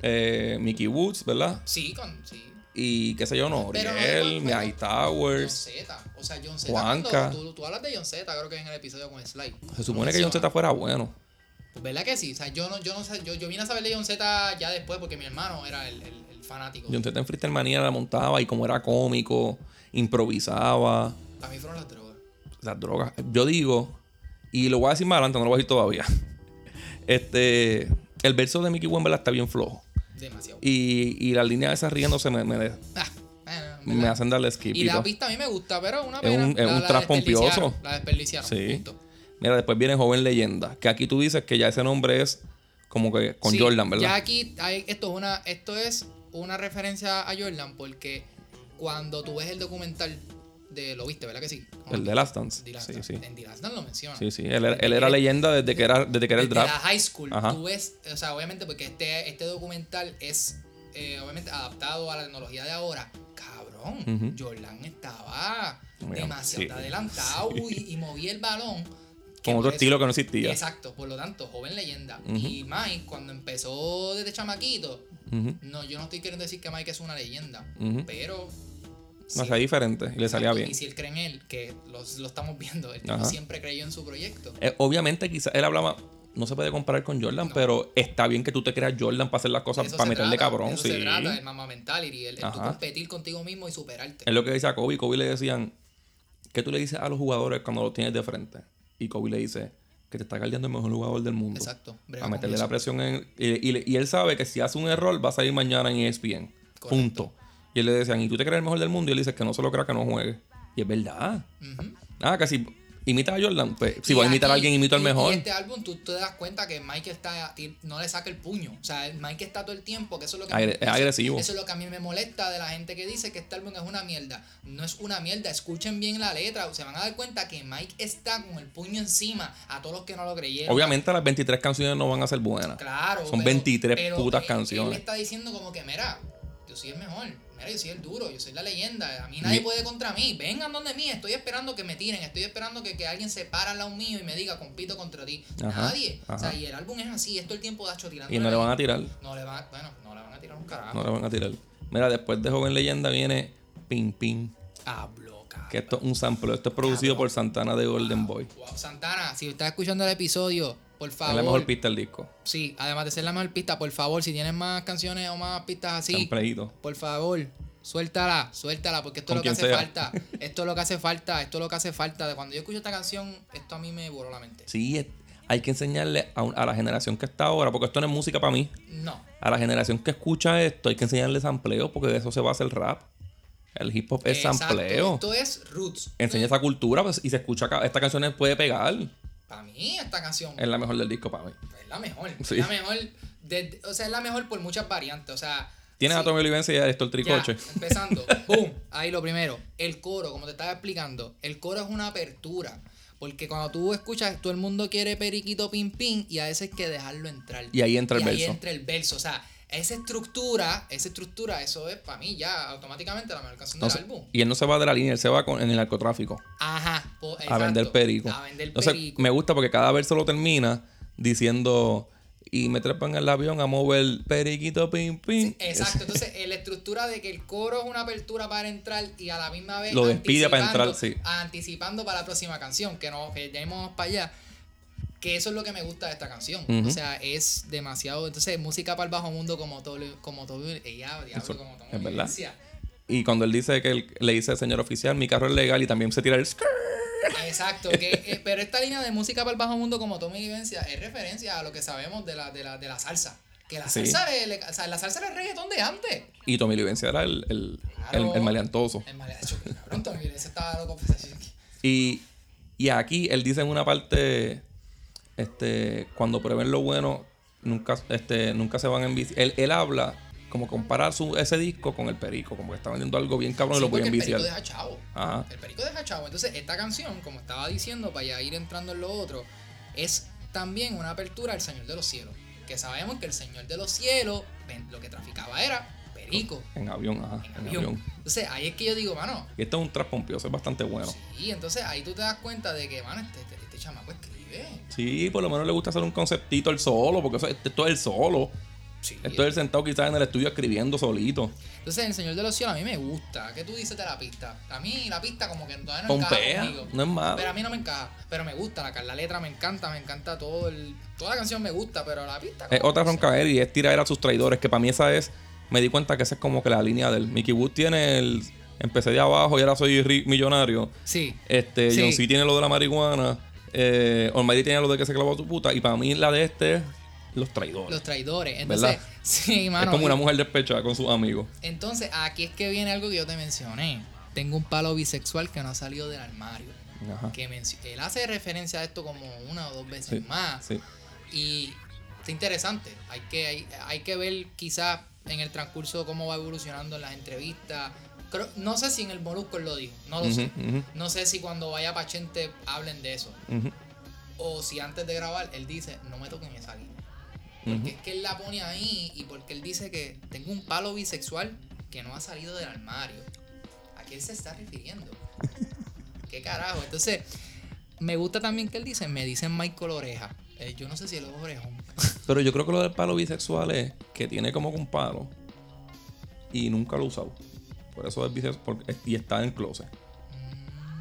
S2: eh, Mickey Woods, ¿verdad?
S3: Sí, con, sí.
S2: Y qué sé yo, no,
S3: Pero no,
S2: Oriel,
S3: no, no,
S2: Miyagi
S3: John
S2: Towers.
S3: Z. O sea, John Z.
S2: Juanca.
S3: cuando Tú, tú hablas de John Z, creo que en el episodio con Sly.
S2: Se supone que John Z fuera bueno.
S3: ¿Verdad que sí? O sea, yo no, yo no sé, yo, yo vine a saber de John Z ya después porque mi hermano era el, el- el fanático.
S2: John Z en Freestyle Manía la montaba y como era cómico, improvisaba,
S3: Para mí fueron las drogas.
S2: las drogas. Yo digo, y lo voy a decir más adelante, no lo voy a decir todavía. *laughs* Este, el verso de Mickey Wembley está bien flojo.
S3: Demasiado.
S2: Y, y las líneas esas riéndose me, me,
S3: Ah, bueno,
S2: me
S3: ¿verdad?
S2: hacen darle skip.
S3: y
S2: y
S3: la
S2: todo.
S3: pista a mí me gusta, pero una
S2: Es
S3: pena.
S2: un- es
S3: la,
S2: un
S3: la
S2: trap
S3: desperdiciaron,
S2: pompioso.
S3: La desperdiciaron.
S2: Sí.
S3: punto.
S2: Mira, después viene Joven Leyenda, que aquí tú dices que ya ese nombre es como que con
S3: Sí,
S2: Jordan, ¿verdad?
S3: Ya aquí hay- esto es una esto es una referencia a Jordan porque cuando tú ves el documental de lo viste, ¿verdad que sí?
S2: El de Last Dance.
S3: The Last
S2: sí,
S3: Dance.
S2: sí.
S3: En The Last Dance lo menciona.
S2: Sí, sí. Él, era- él era leyenda desde que era, desde que era el
S3: Eh, Desde la
S2: draft.
S3: high school,
S2: Ajá.
S3: tú ves, o sea, obviamente porque este, este documental es eh, obviamente adaptado a la tecnología de ahora. Cabrón,
S2: Ujú.
S3: Jordan estaba
S2: Mira,
S3: demasiado
S2: sí,
S3: adelantado y, y movía el balón. que
S2: Con otro
S3: por eso-
S2: estilo que no existía.
S3: Exacto, por lo tanto, joven leyenda.
S2: Ujú.
S3: Y Mike, cuando empezó desde chamaquito,
S2: Ujú.
S3: no, yo no estoy queriendo decir que Mike es una leyenda,
S2: Ujú.
S3: pero.
S2: No,
S3: sí,
S2: sea diferente y le salía bien.
S3: Y si él cree en él, que los- lo estamos viendo, el tipo
S2: Ajá.
S3: siempre creyó en su proyecto.
S2: Eh, obviamente, quizás él hablaba. No se puede comparar con Jordan,
S3: No.
S2: pero está bien que tú te creas Jordan para hacer las cosas,
S3: De eso
S2: para
S3: se
S2: meterle
S3: trata,
S2: cabrón.
S3: de eso
S2: sí.
S3: se trata, el mama mentality, el, el tú
S2: Ajá.
S3: competir contigo mismo y superarte.
S2: Es lo que dice a Kobe. Kobe le decían, ¿qué tú le dices a los jugadores cuando los tienes de frente? Y Kobe le dice, que te está caldeando el mejor jugador del mundo.
S3: Exacto. brega
S2: A
S3: con
S2: meterle
S3: eso.
S2: la presión en- y, y- y él sabe que si hace un error va a salir mañana en E ESPN.
S3: Correcto.
S2: Punto. Y él le decían, ¿y tú te crees el mejor del mundo? Y él dice que no se lo crea que no juegue. Y es verdad.
S3: Ujú.
S2: Ah, que si imita a Jordan, pues, si
S3: Y
S2: voy a imitar a
S3: aquí-
S2: alguien, imito al
S3: y-
S2: mejor.
S3: Y este álbum tú te das cuenta que Mike está, ti- no le saca el puño. O sea, el Mike está todo el tiempo, que eso es lo que
S2: Agre- es
S3: eso-
S2: agresivo.
S3: Eso es lo que a mí me molesta de la gente que dice que este álbum es una mierda. No es una mierda, escuchen bien la letra, se van a dar cuenta que Mike está con el puño encima a todos los que no lo creyeron.
S2: Obviamente las 23 canciones no van a ser buenas.
S3: Claro.
S2: Son
S3: pero-
S2: 23
S3: pero
S2: putas
S3: él- Él
S2: canciones.
S3: está diciendo como que, mira, yo soy el mejor. Mira, yo soy el duro, yo soy la leyenda. A mí nadie
S2: Mi-
S3: puede contra mí. Vengan donde mí. Estoy esperando que me tiren. Estoy esperando que, que alguien se para al lado mío y me diga, compito contra ti.
S2: Ajá,
S3: nadie. O sea,
S2: ajá.
S3: y el álbum es así. Esto el tiempo de Hacho tirando.
S2: Y no le van a tirar.
S3: No le van a- Bueno, no le van a tirar un
S2: No
S3: carajo.
S2: le van a tirar. Mira, después de Joven Leyenda viene Ping Ping.
S3: Ah, bloca.
S2: Que esto es un sample. Esto es producido por Santana de Golden Boy.
S3: Wow, Santana, si estás escuchando el episodio, por
S2: Es la mejor
S3: favor.
S2: pista del disco.
S3: Sí, además de ser la mejor pista, por favor, si tienes más canciones o más pistas así.
S2: Sampleíto.
S3: Por favor, suéltala, suéltala, porque esto es
S2: Con
S3: lo que hace
S2: quien sea.
S3: falta. Esto es lo que hace falta, esto es lo que hace falta. De cuando yo escucho esta canción, esto a mí me voló la mente.
S2: Sí, es- hay que enseñarle a, un- a la generación que está ahora, porque esto no es música para mí.
S3: No,
S2: A la generación que escucha esto, hay que enseñarle sampleo, porque de eso se va a hacer rap. El hip hop es
S3: Exacto,
S2: sampleo.
S3: Esto es Roots.
S2: Enseña esa cultura pues, y se escucha. ca- Esta canción puede pegar. Es
S3: Para mí, esta canción
S2: la mejor del disco para mí.
S3: es la mejor.
S2: Eh, Sí.
S3: Es la mejor. de- o sea, es la mejor por muchas variantes. O sea.
S2: Tienes
S3: sí,
S2: a Tommy Olivense y a Héctor
S3: ya,
S2: Tricoche.
S3: empezando. *laughs* Boom. Ahí lo primero. El coro, como te estaba explicando, el coro es una apertura. Porque cuando tú escuchas, todo el mundo quiere periquito pim pim y a veces hay que dejarlo entrar.
S2: Y ahí entra el
S3: Y ahí
S2: verso.
S3: entra el verso. O sea, esa estructura, esa estructura, eso es para mí ya automáticamente la mejor
S2: *laughs*
S3: canción
S2: No se-
S3: del álbum.
S2: y él no se va de la línea, él se va con- en el narcotráfico.
S3: Ajá. po-
S2: a
S3: exacto,
S2: vender perico.
S3: A vender
S2: Entonces,
S3: perico.
S2: me gusta porque cada verso lo termina diciendo y me trepan al avión a mover periquito pim pim.
S3: Exacto, entonces eh, la estructura de que el coro es una apertura para entrar y a la misma vez
S2: Lo despide para
S3: anticipando-
S2: entrar, sí.
S3: Anticipando para la próxima canción, que no que ya íbamos para allá. Que eso es lo que me gusta de esta canción.
S2: Ujú.
S3: O sea, es demasiado. Entonces, música para el bajo mundo como todo, como todo ella, diablo,
S2: Eso-
S3: como todo
S2: es verdad.
S3: Violencia.
S2: Y cuando él dice que él- le dice señor oficial, mi carro es legal y también se tira el skirt.
S3: Exacto, que, eh, pero esta línea de música para el bajo mundo como Tommy Vivencia es referencia a lo que sabemos de la, de la, de la salsa. Que la
S2: Sí.
S3: salsa, le- le- o sea, la salsa era el reggaetón de antes.
S2: Y Tommy Livencia era el, el,
S3: Claro.
S2: el- el maleantoso.
S3: Es mal hecho, cabrón, Tommy Vivencia estaba loco. pues, así.
S2: Y, y aquí él dice en una parte, este, cuando prueben lo bueno, nunca, este, nunca se van a enviciar. Él, él habla como comparar su, ese disco con el perico, como que está vendiendo algo bien cabrón y
S3: Sí,
S2: lo voy a
S3: porque
S2: enviciar.
S3: El perico deja chavo.
S2: Ajá.
S3: El perico deja chavo. Entonces, esta canción, como estaba diciendo, para ya ir entrando en lo otro, es también una apertura al Señor de los Cielos. Que sabemos que el Señor de los Cielos ven, lo que traficaba era perico
S2: En avión, ajá,
S3: en
S2: en
S3: avión.
S2: avión.
S3: Entonces, ahí es que yo digo, mano.
S2: Y este es un trap pompioso, es bastante bueno.
S3: Sí, entonces ahí tú te das cuenta de que, mano, este, este, este chamaco escribe.
S2: Sí, por lo menos le gusta hacer un conceptito el solo, porque eso- esto es el solo.
S3: Sí.
S2: Esto es el sentado quizás en el estudio escribiendo solito.
S3: Entonces, el Señor de los Cielos a mí me gusta. ¿Qué tú dices de la pista? A mí la pista como que todavía no encaja
S2: Pompea,
S3: conmigo.
S2: no es malo.
S3: Pero a mí no me encaja, pero me gusta la, ca- la letra, me encanta, me encanta todo el... Toda la canción me gusta, pero la pista...
S2: Es
S3: como
S2: otra
S3: que no sé.
S2: roncaer y es tirar a sus traidores, que para mí esa es. Me di cuenta que esa es como que la línea del Mickey Wood tiene el. Empecé de abajo y ahora soy ri- millonario.
S3: Sí.
S2: Este,
S3: Sí.
S2: John C tiene lo de la marihuana. Eh, Almighty tiene lo de que se clavó a tu puta. Y para mí la de este es los traidores.
S3: Los traidores. Entonces,
S2: ¿Verdad?
S3: *laughs* sí, mano.
S2: es como
S3: y-
S2: una mujer despechada con sus amigos.
S3: Entonces, aquí es que viene algo que yo te mencioné. Tengo un palo bisexual que no ha salido del armario.
S2: Ajá.
S3: Que mencio- él hace referencia a esto como una o dos veces
S2: Ah. Sí,
S3: más.
S2: sí.
S3: Y está interesante. Hay que, hay, hay que ver quizás en el transcurso cómo va evolucionando en las entrevistas. Creo- no sé si en el Molusco él lo dijo, no lo
S2: Ujú,
S3: sé.
S2: ujú,
S3: No sé si cuando vaya Pachente hablen de eso.
S2: ujú,
S3: O si antes de grabar él dice, no me toquen esa línea.
S2: ujú.
S3: Porque es que él la pone ahí y porque él dice que tengo un palo bisexual que no ha salido del armario. ¿A qué él se está refiriendo? ¿Qué carajo? Entonces, me gusta también que él dice, me dicen Michael Oreja. Eh, yo no sé si él es orejón.
S2: Pero yo creo que lo del palo bisexual es que tiene como que un palo y nunca lo ha usado. Por eso es bisexual y está en el closet.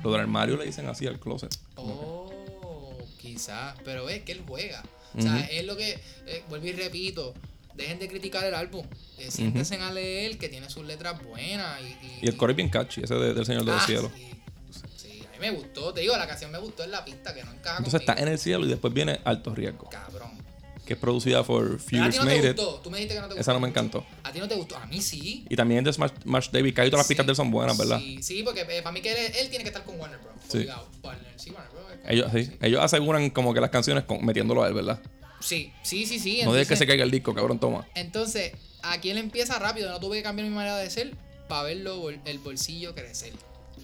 S2: Lo del armario le dicen así al closet. Como que-
S3: Oh, quizás, pero es que él juega. O sea,
S2: Ujú.
S3: es lo que, eh, vuelvo y repito, dejen de criticar el álbum. Eh, siéntense a leer que tiene sus letras buenas. Y,
S2: Y el coro es bien catchy, ese de- del Señor de los
S3: Ah,
S2: Cielos.
S3: Sí. Sí, a mí me gustó, te digo, la canción me gustó en la pista que no encaja
S2: Entonces está
S3: conmigo.
S2: en el cielo y después viene Alto Riesgo,
S3: Cabrón.
S2: que es producida por
S3: Pero a ti
S2: Furious
S3: no te
S2: Made It.
S3: gustó, tú me dijiste que no te gustó.
S2: Esa no me encantó.
S3: A ti no te gustó, a mí sí.
S2: Y también de Smash, Smash David, que ahí todas las pistas
S3: Sí,
S2: de él son buenas, ¿verdad?
S3: Sí, sí, porque eh, para mí que él, él tiene que estar con Warner Bros.
S2: Sí.
S3: Obligado. Warner, sí, Warner Bros. es-
S2: Ellos, sí, ellos aseguran como que las canciones con- metiéndolo a él, ¿verdad?
S3: Sí, sí, sí, sí.
S2: no dejes que
S3: entonces-
S2: se caiga el disco, cabrón, toma.
S3: Entonces, aquí él empieza rápido. No tuve que cambiar mi manera de ser para verlo bol- el bolsillo crecer.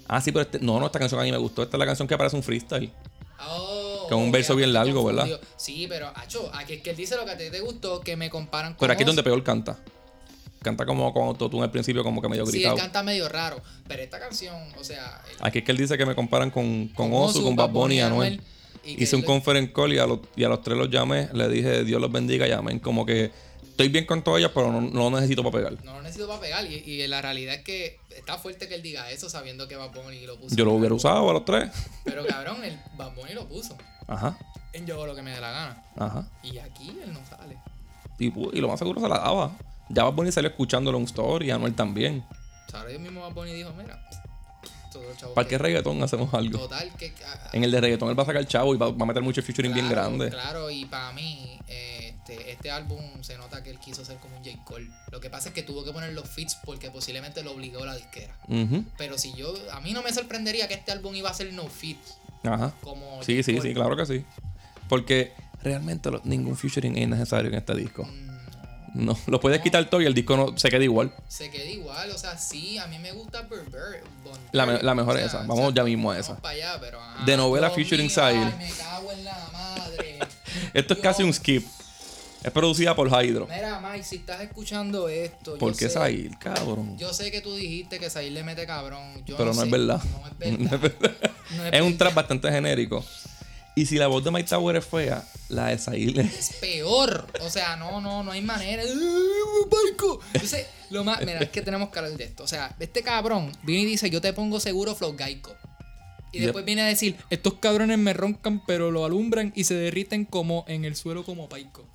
S2: Ah, sí, pero este, no, no, esta canción a mí me gustó. Esta es la canción que aparece un freestyle.
S3: Oh,
S2: Con un verso
S3: obviamente
S2: bien largo, ¿verdad?
S3: confundido. Sí, pero, acho, aquí es que él dice lo que a ti te gustó, que me comparan con.
S2: Pero aquí es
S3: Ozzy.
S2: donde peor canta. Canta como con autotune al principio, como que medio
S3: Sí, él
S2: gritado.
S3: canta medio raro. Pero esta canción, o sea. él-
S2: Aquí es que él dice que me comparan con, con Osu,
S3: Ozzy,
S2: con Bad Bunny y Anuel.
S3: y que
S2: Hice un
S3: él-
S2: conference call y a, los, y a los tres los llamé. Le dije, Dios los bendiga y amén. Como que estoy bien con todas ellas, pero no, no necesito para pegar.
S3: No lo necesito para pegar. Y, y la realidad es que está fuerte que él diga eso sabiendo que Bad Bunny lo puso.
S2: Yo lo hubiera usado a los tres.
S3: Pero cabrón, el Bad Bunny lo puso.
S2: Ajá,
S3: En yo hago lo que me dé la gana.
S2: ajá.
S3: Y aquí él no sale.
S2: Y, pu- y lo más seguro se la daba. Ya Bad Bunny salió escuchándolo en un story y Anuel también.
S3: Ahora yo mismo Bad Bunny dijo, mira, todos los chavos
S2: ¿Para qué
S3: que-
S2: reggaetón hacemos algo?
S3: Total, que. a- a-
S2: En el de reggaetón él va a sacar chavo y va, va a meter mucho featuring bien
S3: claro,
S2: grande.
S3: Claro, y para mí, eh, este, este álbum se nota que él quiso hacer como un J. Cole. Lo que pasa es que tuvo que poner los fits porque posiblemente lo obligó la disquera.
S2: Ujú,
S3: Pero si yo. A mí no me sorprendería que este álbum iba a ser no fits.
S2: Ajá.
S3: Como
S2: Sí,
S3: J.
S2: sí,
S3: Cole.
S2: sí, claro que sí. Porque realmente lo- ningún featuring es necesario en este disco.
S3: Mm,
S2: No, lo puedes quitar todo y el disco no se queda igual.
S3: se queda igual, o sea, sí, a mí me gusta Burberry. Bon
S2: La, me-
S3: Burberry,
S2: la mejor
S3: o sea,
S2: es esa.
S3: o
S2: Vamos
S3: sea,
S2: ya mismo a
S3: vamos
S2: esa.
S3: pa' allá, pero, ajá,
S2: De novela
S3: Dios
S2: featuring
S3: mío, ay,
S2: Sahil.
S3: Me cago en la
S2: *laughs*
S3: madre.
S2: Esto es casi un
S3: Dios.
S2: skip. Es producida por Hydro.
S3: Mira, Mike, si estás escuchando esto. yo
S2: ¿Por qué
S3: sé-
S2: Zahir, cabrón?
S3: Yo sé que tú dijiste que Zahir le mete cabrón. Yo
S2: Pero no
S3: sé,
S2: es verdad.
S3: No
S2: *laughs*
S3: es verdad. No es
S2: es un
S3: verdad.
S2: trap bastante genérico. Y si la voz de Mike Tower es fea, la de Zahir es-
S3: Es peor. O sea, no, no, no hay manera. ¡Eh, ¡Ay, Marco! Entonces, lo más. Mira, es que tenemos que hablar de esto. O sea, este cabrón viene y dice: Yo te pongo seguro Flow Geico. Y
S2: Yep.
S3: después viene a decir: Estos cabrones me roncan, pero lo alumbran y se derriten como en el suelo, como paico.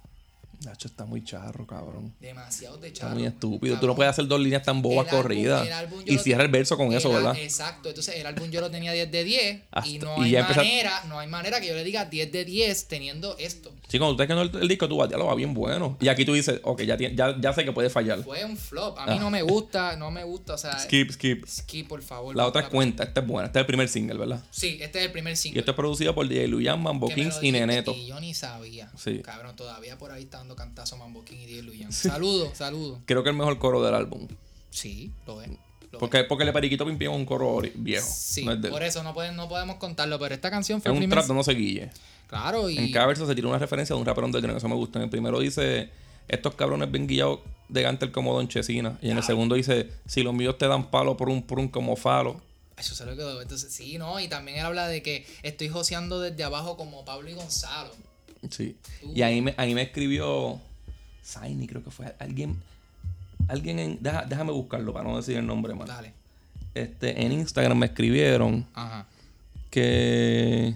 S2: Nacho está muy charro, cabrón.
S3: Demasiado de
S2: Está
S3: charro.
S2: muy estúpido. Tú no
S3: Cabrón.
S2: puedes hacer dos líneas tan bobas
S3: El álbum-
S2: corridas.
S3: el álbum yo
S2: Y
S3: lo-
S2: cierra el verso con eso,
S3: El al-
S2: ¿verdad?
S3: Exacto, entonces el álbum yo lo tenía 10 de 10 y
S2: Hasta-
S3: no
S2: y
S3: hay
S2: ya empezar-
S3: manera, no hay manera que yo le diga 10 de 10 teniendo esto.
S2: Sí, cuando tú estás escuchando el, el disco, tú vas, ya lo va bien bueno. Y aquí tú dices, ok, ya, tie- ya, ya sé que puede fallar.
S3: Fue un flop,
S2: Ah.
S3: a mí no me gusta, no me gusta, o sea, skip,
S2: Skip, skip.
S3: por favor.
S2: La
S3: por
S2: otra es
S3: favor.
S2: cuenta, esta es buena. Este es el primer single, ¿verdad?
S3: Sí, este es el primer
S2: Y
S3: single.
S2: esto es producido por DJ Luyan, Mambo
S3: que me lo
S2: Kings y
S3: dijiste
S2: Neneto.
S3: Y yo ni sabía.
S2: Sí.
S3: Cabrón, todavía por ahí está dando cantazo Mambo King y Diego Luyan. Saludos, saludos.
S2: Creo que el mejor coro del álbum.
S3: Sí, lo es. lo
S2: Porque, porque le Periquito Pimpín es un coro ori- viejo.
S3: es. Sí,
S2: no es de él.
S3: por eso no, pueden, no podemos contarlo, pero esta canción
S2: Es
S3: fue el
S2: un
S3: primer.
S2: trap, no se guille.
S3: Claro, y.
S2: En cada verso se tira una referencia de un rapero underground, eso me gusta. En el primero dice, estos cabrones bien guillados de Gantel como Don Chesina. Y en el segundo dice, si los míos te dan palo por un prun como falo.
S3: Ay, Eso se lo quedó. Entonces, sí, ¿no? Y también él habla de que estoy joseando desde abajo como Pablo y Gonzalo.
S2: Sí. Y
S3: Uh.
S2: ahí me, ahí me escribió Saini, creo que fue alguien. Alguien en. deja- déjame buscarlo para no decir el nombre más.
S3: Dale.
S2: Este, en Instagram me escribieron
S3: Ajá.
S2: que.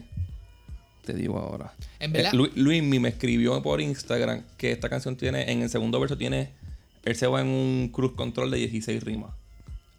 S2: Te digo ahora.
S3: En verdad-
S2: Luis, Luismi me escribió por Instagram que esta canción tiene. En el segundo verso tiene. Él se va en un cruise control de 16 rimas.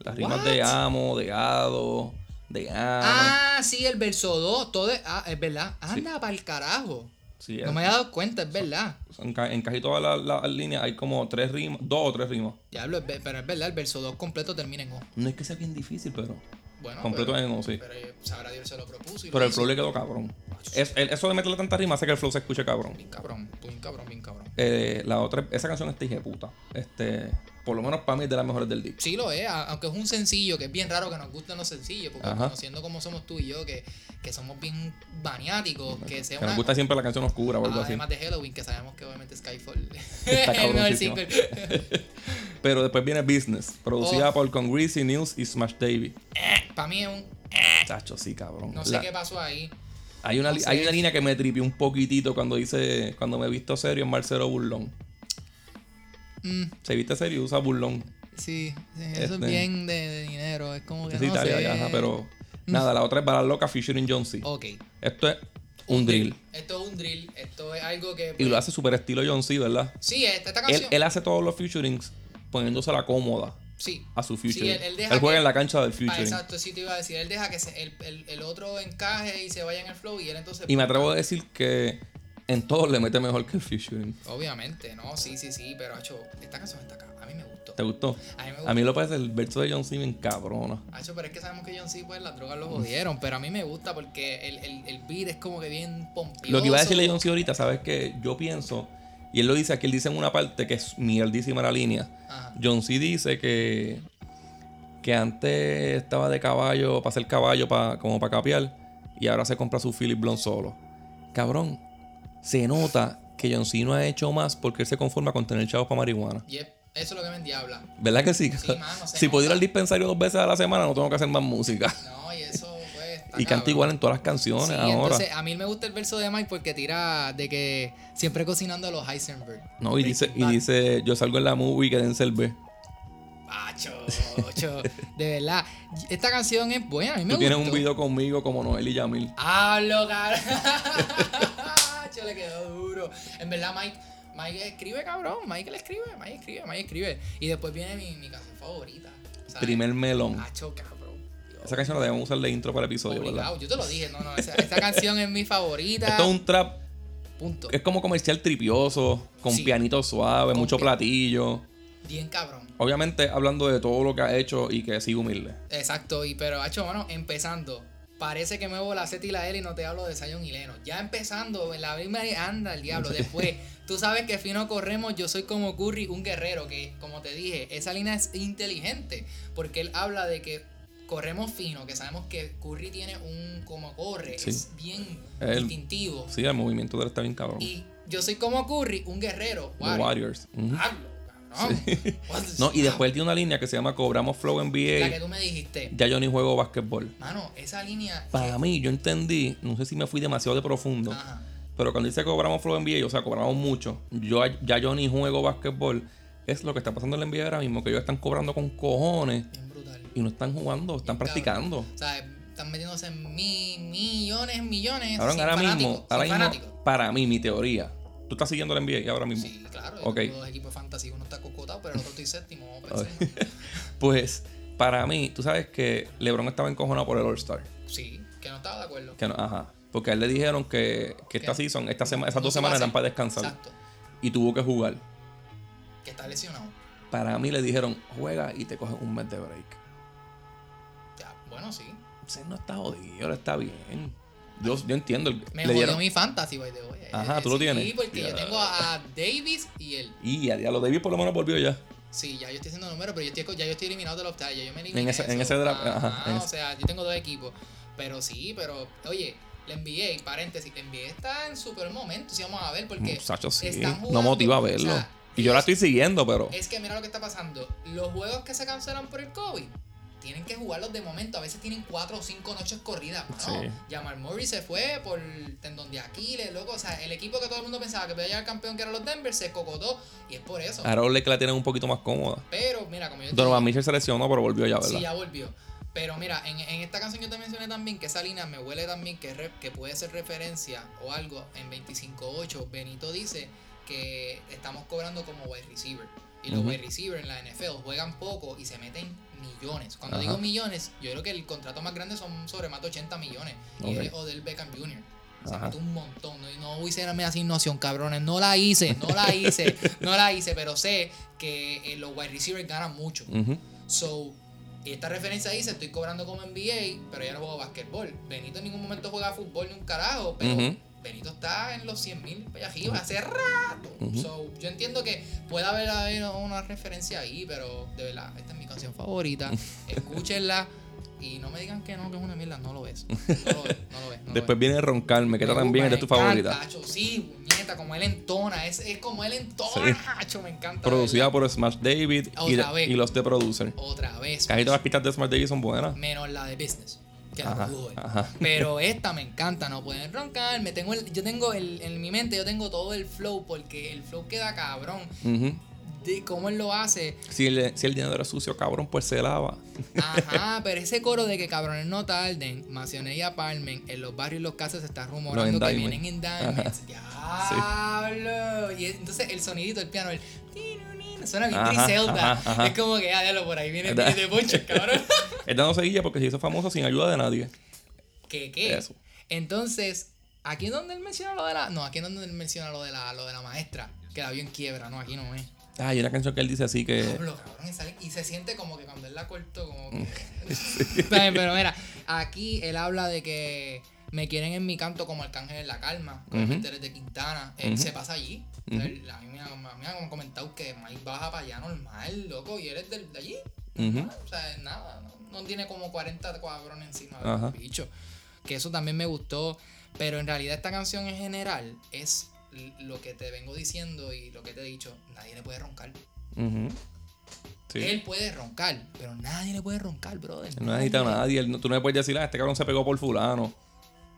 S2: Las rimas de amo, de ado, de ama.
S3: Ah, sí, el verso 2. Todo es, ah, es verdad. Anda para el carajo.
S2: Sí,
S3: No
S2: es-
S3: me había dado cuenta, es verdad.
S2: en, ca- en casi todas las las líneas hay como tres rimas, dos o tres rimas.
S3: Diablo, es ve- pero es verdad, el verso 2 completo termina en O.
S2: No es que sea bien difícil, pero.
S3: Bueno,
S2: completo
S3: pero,
S2: en O, sí.
S3: pero eh, sabrá Dios se lo propuso. Y
S2: Pero
S3: lo
S2: el
S3: hizo.
S2: flow le quedó cabrón. Es- el- eso de meterle tanta rima hace que el flow se escuche cabrón.
S3: Bien cabrón, bien cabrón, bien cabrón.
S2: Eh, la otra, esa canción está hija de puta. Este, por lo menos para mí es de las mejores del disco.
S3: Sí lo es, a- aunque es un sencillo, que es bien raro que nos gusten los sencillos, porque
S2: Ajá.
S3: conociendo como somos tú y yo, que, que somos bien baniáticos, que sea
S2: Que
S3: una,
S2: nos gusta siempre la canción oscura o algo así.
S3: Además de Halloween, que sabemos que obviamente Skyfall *laughs*
S2: Está
S3: es el mejor
S2: cabroncísimo.
S3: single.
S2: Pero después viene Business, producida
S3: Oh.
S2: por Congreasy News y Smash Davy.
S3: Para mí es un.
S2: Chacho, sí, cabrón.
S3: Eh. No sé
S2: La-
S3: qué pasó ahí.
S2: hay, una,
S3: no
S2: li-
S3: sé.
S2: hay una línea que me tripió un poquitito cuando dice, cuando me he visto serio en Marcelo Burlón.
S3: Mm,
S2: Se viste serio y usa Burlón.
S3: sí, sí,
S2: Este-
S3: eso es bien de, de dinero. Es como que.
S2: Es
S3: no
S2: Italia,
S3: sé. Oh.
S2: ya, ajá, pero. Nada, la otra es Bala Loca featuring John C.
S3: Ok.
S2: Esto es un drill.
S3: Esto es un drill. Esto es algo que. pues,
S2: Y lo hace super estilo John C, ¿verdad?
S3: Sí, esta, esta
S2: Él,
S3: canción.
S2: él hace todos los featurings poniéndose la cómoda
S3: sí.
S2: a su featuring.
S3: él-
S2: él,
S3: él deja
S2: juega
S3: que-
S2: en la cancha del
S3: Ah,
S2: featuring.
S3: exacto, sí te iba a decir. Él deja que se- el, el- el otro encaje y se vaya en el flow y él entonces.
S2: Y me atrevo a decir que en todos le mete mejor que el featuring.
S3: Obviamente, no, sí, sí, sí, pero hecho, esta canción está acá. A mí me gustó.
S2: ¿Te gustó?
S3: A mí me
S2: A mí lo parece el verso de John C. bien cabrona.
S3: Hacho, Ah, pero es que sabemos que John C. pues las drogas lo jodieron, pero a mí me gusta porque el, el, el beat es como que bien pompioso.
S2: Lo que iba a decirle John C. ahorita, ¿sabes que Yo pienso, y él lo dice aquí, él dice en una parte que es mierdísima la línea.
S3: Ajá.
S2: John C dice que que antes estaba de caballo para hacer caballo pa- como para capear y ahora se compra su Philip Blond solo. Cabrón, se nota que John C no ha hecho más porque él se conforma con tener chavos para marihuana.
S3: Yep, eso es lo que me endiabla.
S2: ¿Verdad que *laughs* sí?
S3: Sí, mano, se
S2: si
S3: nota.
S2: puedo ir al dispensario dos veces a la semana, no tengo que hacer más música.
S3: No, y eso pues. está
S2: Y canta
S3: cabrón.
S2: igual en todas las canciones
S3: Sí,
S2: ahora.
S3: entonces a mí me gusta el verso de Mike porque tira de que siempre cocinando a los Heisenberg.
S2: no, y dice, y
S3: Bad.
S2: dice, yo salgo en la movie que dense el B.
S3: Acho, acho, *laughs* de verdad. Esta canción es buena, a mí me
S2: Tú tienes un
S3: gustó. Ah,
S2: video conmigo como Noel y Yamil.
S3: ¡Hablo, cabrón! *laughs* Yo le quedó duro. En verdad, Mike, Mike escribe, cabrón. Mike le escribe, Mike escribe, Mike escribe. Y después viene mi, mi canción favorita. ¿sabes? Ah,
S2: Primer melón.
S3: Acho, cabrón. Dios
S2: Esa canción la debemos usar de intro para el episodio,
S3: Obligado,
S2: ¿verdad?
S3: yo te lo dije, no, no, esa, esa canción es mi favorita.
S2: Esto es un trap,
S3: Punto.
S2: es como comercial tripioso, con
S3: Sí.
S2: pianito suave,
S3: Con
S2: mucho
S3: pi-
S2: platillo.
S3: Bien cabrón.
S2: Obviamente hablando de todo lo que ha hecho y que sigue humilde.
S3: Exacto, y pero, hecho, mano, empezando. Parece que me muevo la Z y la L y no te hablo de Zion y Leno. Ya empezando, en la misma anda el
S2: *laughs*
S3: diablo. Después, tú sabes que fino corremos, yo soy como Curry, un guerrero, que como te dije, esa línea es inteligente, porque él habla de que corremos fino, que sabemos que Curry tiene un como corre,
S2: Sí.
S3: es bien
S2: Él-
S3: distintivo.
S2: Sí, el movimiento de él está bien cabrón.
S3: Y yo soy como Curry, un guerrero.
S2: The
S3: Wario.
S2: Warriors. Ujú.
S3: Diablo, cabrón. What the-
S2: No, y después él tiene una línea que se llama Cobramos Flow
S3: ah. La que
S2: NBA.
S3: tú me dijiste.
S2: Ya yo ni juego basquetbol.
S3: Mano, esa línea.
S2: Para mí, yo entendí, no sé si me fui demasiado de profundo,
S3: Ajá.
S2: pero cuando dice cobramos Flow NBA, o sea, cobramos mucho. Yo ya yo ni juego basquetbol. Es lo que está pasando en la NBA ahora mismo, que ellos están cobrando con cojones
S3: Bien brutal.
S2: y no están jugando, están
S3: Cabrón.
S2: practicando.
S3: O sea, están metiéndose en mi- millones, millones.
S2: Cabrón,
S3: sin
S2: ahora
S3: fanáticos,
S2: mismo,
S3: sin
S2: ahora
S3: fanáticos.
S2: mismo, para mí, mi teoría. Tú estás siguiendo la NBA ahora mismo.
S3: Sí, claro.
S2: Ok.
S3: Los dos equipos de fantasy, uno está cocotado, pero el otro estoy séptimo.
S2: *laughs*
S3: vamos a pensar.
S2: Pues, para mí, tú sabes que LeBron estaba encojonado por el All-Star.
S3: Sí, que no estaba de acuerdo.
S2: Que no- ajá. Porque a él le dijeron que, que esta
S3: Que-
S2: season, esta sema- esas
S3: No
S2: dos
S3: se
S2: semanas
S3: pase.
S2: eran para descansar.
S3: Exacto.
S2: Y tuvo que jugar.
S3: Que está lesionado.
S2: Para mí le dijeron, juega y te coges un mes de break.
S3: Ya, bueno, sí.
S2: Ese no está jodido, ahora está bien. Yo, yo entiendo. el-
S3: Me
S2: le
S3: jodió
S2: dieron,
S3: mi fantasy, by the way.
S2: Ajá,
S3: Eh,
S2: tú lo tienes.
S3: Sí, porque
S2: Ya.
S3: yo tengo a Davis y él.
S2: Y a diablo, David por lo menos volvió ya.
S3: Sí, ya yo estoy haciendo números, pero yo estoy, ya yo estoy eliminado de los tales. ya Yo me eliminé
S2: En ese-
S3: eso.
S2: en ese draft,
S3: Ajá,
S2: ajá, en
S3: o
S2: ese.
S3: sea, yo tengo dos equipos. Pero sí, pero, oye, la NBA, paréntesis, la NBA está en super momento, si vamos a ver, porque
S2: Muchachos, sí.
S3: están jugando,
S2: No motiva a
S3: o sea,
S2: verlo. y yo la estoy siguiendo, pero.
S3: Es que mira lo que está pasando. Los juegos que se cancelan por el COVID tienen que jugarlos de momento. A veces tienen cuatro o cinco noches corridas. mano.
S2: Sí.
S3: Jamal Murray se fue por el tendón de Aquiles, loco. O sea, el equipo que todo el mundo pensaba que podía llegar campeón, que eran los Denver, se cocotó. Y es por eso.
S2: Ahora que la tienen un poquito más cómoda.
S3: Pero mira, como yo te
S2: Donovan
S3: dije-
S2: Mitchell se lesionó, pero volvió ya, ¿verdad?
S3: Sí, ya volvió. Pero mira, en, en esta canción yo te mencioné también que esa línea me huele también que, re- que puede ser referencia o algo en 25.8. Benito dice que estamos cobrando como wide receiver. Y los
S2: Ujú.
S3: wide receiver en la NFL juegan poco y se meten millones. Cuando
S2: Ajá.
S3: digo millones, yo creo que el contrato más grande son sobre más de 80 millones. Y
S2: Ok.
S3: es Odell Beckham Jr. Se
S2: Ajá.
S3: mete un montón. No, no hice mi asignación, cabrones. No la hice, no
S2: *laughs*
S3: la hice, no la hice. Pero sé que eh, los wide receivers ganan mucho.
S2: Ujú.
S3: So, y esta referencia dice, estoy cobrando como NBA, pero ya no juego basquetbol. Benito en ningún momento juega fútbol ni un carajo, pero
S2: Ujú.
S3: Benito está en los 100 mil arriba hace rato.
S2: Ujú.
S3: So, yo entiendo que puede haber haber una referencia ahí, pero de verdad, esta es mi canción
S2: *laughs*
S3: favorita. Escúchenla y no me digan que no, que es una mierda, no lo es. No lo es, no lo es. no lo
S2: Después
S3: es.
S2: viene Roncarme, que
S3: Me
S2: está
S3: gusta,
S2: también, es de
S3: me
S2: tu
S3: encanta,
S2: favorita.
S3: hacho, sí, puñeta, como él entona, es, es como él entona,
S2: Sí.
S3: hacho, me encanta.
S2: Producida por Smash David y,
S3: Otra vez.
S2: y los de Producer.
S3: Otra vez.
S2: Casi todas las pistas de Smash David son buenas.
S3: menos la de business que la
S2: Ajá,
S3: pudo
S2: ajá.
S3: pero esta me encanta no pueden roncar me tengo el- yo tengo el, en mi mente yo tengo todo el flow porque el flow queda cabrón
S2: Ujú.
S3: de cómo él lo hace
S2: si, el, si el dinero era sucio, cabrón, pues se lava. *laughs*
S3: ajá pero ese coro de que cabrones no tarden Macioné y Apartment en los barrios y los casos se está rumorando
S2: Los
S3: que
S2: endiments.
S3: vienen en diamonds diablo y es- entonces el sonidito el piano el tirunin, suena bien
S2: Ajá,
S3: Griselda
S2: ajá, ajá.
S3: es como que ah déjalo por ahí viene
S2: Da-
S3: de Poncho
S2: *laughs*
S3: cabrón
S2: Él no se guía porque se hizo famoso sin ayuda de nadie.
S3: ¿Qué qué?
S2: Eso.
S3: Entonces, aquí es donde él menciona lo de la. No, aquí es donde él menciona lo de la, lo de la maestra, que la vio en quiebra, no, aquí no es.
S2: Ah, hay una canción que él dice así que.
S3: Diablo, cabrón, y sale- y se siente como que cuando él la cortó, como que.
S2: *laughs*
S3: Está bien, *laughs* pero mira, aquí él habla de que me quieren en mi canto como arcángel en la calma, con
S2: Ujú.
S3: el interés de Quintana. Él
S2: Ujú.
S3: se pasa allí.
S2: Ujú.
S3: Él- a mí me, han- a mí me han comentado que Mike baja para allá normal, loco, y él es del- de allí.
S2: Ujú.
S3: O sea, nada, no, no tiene como 40 cuadrones encima
S2: Ajá.
S3: del bicho. Que eso también me gustó. Pero en realidad esta canción en general es l- lo que te vengo diciendo y lo que te he dicho. Nadie le puede roncar.
S2: Ujú. Sí.
S3: Él puede roncar, pero nadie le puede roncar, brother.
S2: Él no necesita a nadie. Él no- tú no le puedes decir, ah, este cabrón se pegó por fulano.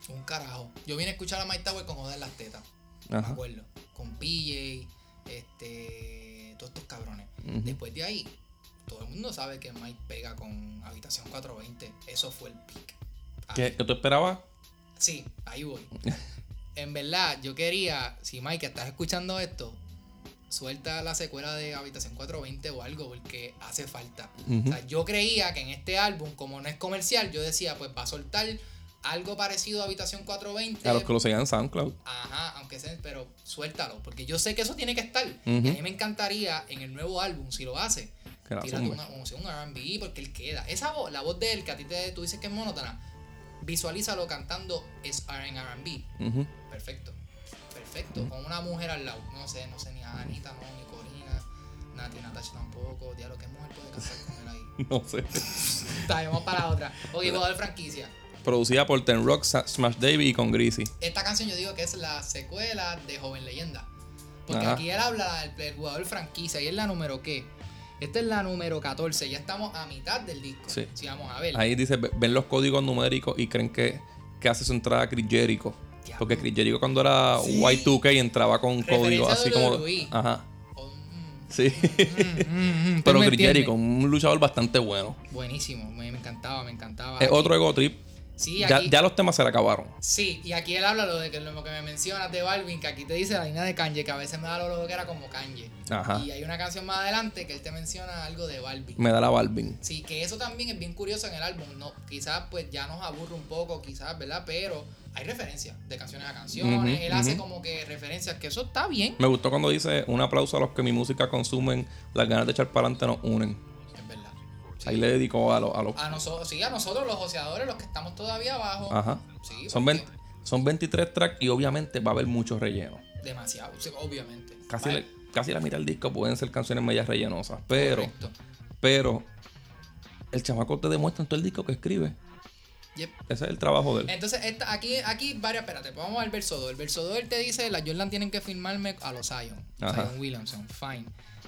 S3: Un carajo. Yo vine a escuchar a Mike Tower con joder las tetas. Me
S2: Ajá.
S3: acuerdo. Con PJ, este. Todos estos cabrones.
S2: Ujú.
S3: Después de ahí, todo el mundo sabe que Mike pega con Habitación 420. Eso fue el pick.
S2: ¿Qué, qué tú esperabas?
S3: Sí, ahí voy. En verdad, yo quería, si Mike estás escuchando esto, suelta la secuela de Habitación 420 o algo, porque hace falta.
S2: Ujú.
S3: O sea, yo creía que en este álbum, como no es comercial, yo decía, pues va a soltar algo parecido a Habitación 420.
S2: A los que lo sigan en SoundCloud.
S3: Ajá, aunque sea, pero suéltalo, porque yo sé que eso tiene que estar.
S2: Ujú.
S3: Y a mí me encantaría en el nuevo álbum, si lo hace,
S2: Que la
S3: tírate
S2: zumbe.
S3: una, o sea, un RB, porque él queda. Esa voz, la voz de él, que a ti te, tú dices que es monótona, visualízalo cantando es en RB.
S2: Ujú. *laughs*
S3: Perfecto, perfecto. Con una mujer al lado, no sé, no sé, ni a Anita, no, ni Corina, Nati, Natasha tampoco. Diablo, ¿qué mujer puede cantar con él
S2: *laughs*
S3: ahí?
S2: No sé.
S3: Está, vamos para la otra. Ok, jugador de franquicia.
S2: Producida por Ten Rock, Sa- Smash David y con Greasy.
S3: Esta canción yo digo que es la secuela de Joven Leyenda. Porque
S2: Ajá.
S3: aquí él habla del, del jugador franquicia y es la número qué. Esta es la número 14. Ya estamos a mitad del disco.
S2: Sí.
S3: Si vamos a ver.
S2: Ahí dice, ve- ven los códigos numéricos y creen que, que hace su entrada Chris Jericho.
S3: Ya.
S2: Porque Chris Jericho cuando era
S3: Sí.
S2: Y2K entraba con
S3: Referencia
S2: códigos
S3: a
S2: así como...
S3: WWE.
S2: Ajá.
S3: Oh, mm,
S2: Sí. *laughs*
S3: mm, mm, mm, tú
S2: Pero
S3: me
S2: Chris
S3: entiendes.
S2: Jericho, un luchador bastante bueno.
S3: Buenísimo. Me, me encantaba, me encantaba.
S2: Es
S3: Aquí-
S2: otro ego trip.
S3: Sí,
S2: Ya,
S3: aquí.
S2: ya los temas se le acabaron.
S3: Sí, y aquí él habla lo de que lo que me mencionas de Balvin, que aquí te dice la línea de Kanye, que a veces me da lo que era como Kanye.
S2: Ajá.
S3: Y hay una canción más adelante que él te menciona algo de Balvin.
S2: Me da la Balvin.
S3: Sí, que eso también es bien curioso en el álbum. No, quizás pues ya nos aburre un poco, quizás, ¿verdad? Pero hay referencias de canciones a canciones.
S2: Ujú,
S3: Él hace
S2: ujú.
S3: como que referencias, que eso está bien.
S2: Me gustó cuando dice un aplauso a los que mi música consumen, las ganas de echar para adelante nos unen.
S3: Es verdad. Sí.
S2: Ahí le dedicó a los... A los
S3: A nosotros, sí, a nosotros los joseadores, los que estamos todavía abajo.
S2: ajá.
S3: Sí,
S2: Son,
S3: porque-
S2: 20 son 23 tracks y obviamente va a haber mucho relleno.
S3: Demasiado, sí, obviamente.
S2: Casi,
S3: Vale,
S2: la, casi la mitad del disco pueden ser canciones medias rellenosas. Pero,
S3: correcto.
S2: pero, el chamaco te demuestra en todo el disco que escribe.
S3: Yep.
S2: Ese es el trabajo de él.
S3: Entonces, esta, aquí, aquí varias, espérate, pues vamos al verso 2. El verso 2 él te dice, las Jordan tienen que firmarme a los Zion.
S2: Ajá.
S3: Zion Williamson, fine.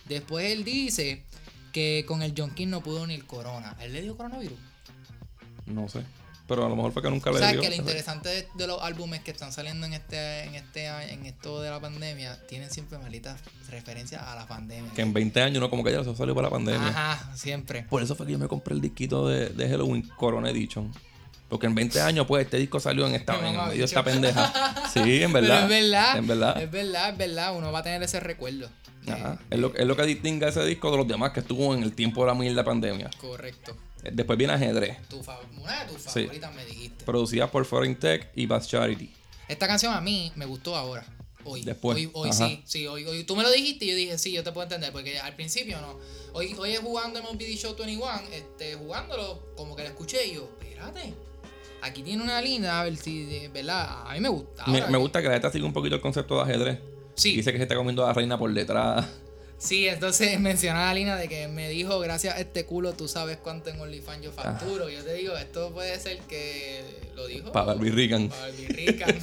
S3: Después él dice que con el John King no pudo ni el corona. Él le dio coronavirus.
S2: No sé. Pero a lo mejor fue que nunca
S3: O
S2: le
S3: sea,
S2: dio.
S3: que lo interesante de, de los álbumes que están saliendo en este, en este, en esto de la pandemia, tienen siempre malitas referencias a la pandemia.
S2: Que en 20 años no como que ya se salió para la pandemia.
S3: Ajá, siempre.
S2: Por eso fue que yo me compré el disquito de, de Halloween Corona Edition. Porque en 20 años, pues, este disco salió en esta,
S3: Mi
S2: en medio
S3: mamá,
S2: de
S3: bicho.
S2: esta
S3: *laughs*
S2: pendeja. Sí, en verdad.
S3: Pero es verdad.
S2: En verdad.
S3: Es verdad, es verdad. Uno va a tener ese recuerdo. Eh,
S2: Ajá. Es, lo, es lo que distingue a ese disco de los demás que estuvo en el tiempo de la mierda pandemia.
S3: Correcto.
S2: Después viene Ajedrez,
S3: Tu fa- una de tus favoritas me dijiste.
S2: producida por Foreign Tech y Bad Charity.
S3: Esta canción a mí me gustó ahora. Hoy.
S2: Después,
S3: Hoy, hoy
S2: ajá.
S3: sí, sí, hoy, hoy. Tú me lo dijiste y yo dije, sí, yo te puedo entender. Porque al principio no. Hoy, hoy jugando MLB Show 21, este, jugándolo, como que la escuché y yo, espérate. Aquí tiene una línea, a ver si, de- ¿verdad? A mí me gusta.
S2: Me,
S3: Ahora,
S2: me gusta que la neta sigue un poquito el concepto de ajedrez.
S3: Ah, Sí,
S2: Dice que se está comiendo a la reina por detrás.
S3: sí, entonces *laughs* menciona la línea de que me dijo, gracias a este culo, tú sabes cuánto en OnlyFans yo facturo. Yo te digo, esto puede ser que lo dijo.
S2: Para Barbie Reagan.
S3: Para Barbie Rican.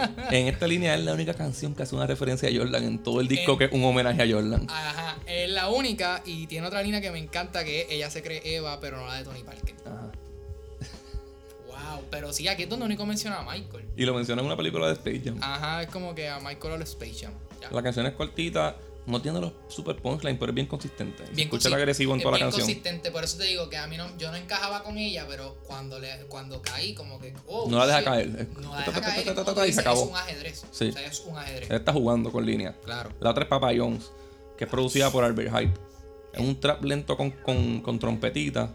S3: Ah.
S2: En esta línea es la única canción que hace una referencia a Jordan en todo el disco
S3: En-
S2: que es un homenaje a Jordan.
S3: *laughs* Ajá, es la única y tiene otra línea que me encanta que es ella se cree Eva, pero no la de Tony Parker.
S2: Ajá.
S3: Wow, pero sí, aquí es donde único menciona a Michael.
S2: Y lo menciona en una película de Space Jam.
S3: Ajá, es como que a Michael al Space Jam. Ah, ya.
S2: La canción es cortita, no tiene los super punchlines, pero es bien consistente. Y se
S3: Bien
S2: escucha el
S3: consi-
S2: agresivo en
S3: es
S2: toda la
S3: bien
S2: canción.
S3: consistente, por eso te digo que a mí no, yo no encajaba con ella, pero cuando le, cuando caí, como que. oh,
S2: No la deja
S3: shit.
S2: caer, es-
S3: No la
S2: ta, ta,
S3: deja
S2: ta,
S3: caer.
S2: ta,
S3: y como
S2: ta,
S3: tú
S2: ta, y se
S3: dices,
S2: acabó.
S3: Es un ajedrez.
S2: Sí. Eh.
S3: O sea, es un ajedrez.
S2: Él está jugando con línea.
S3: Claro.
S2: La otra es Papa Jones, que es producida por Albert Hype. Es un trap lento con, con, con trompetita.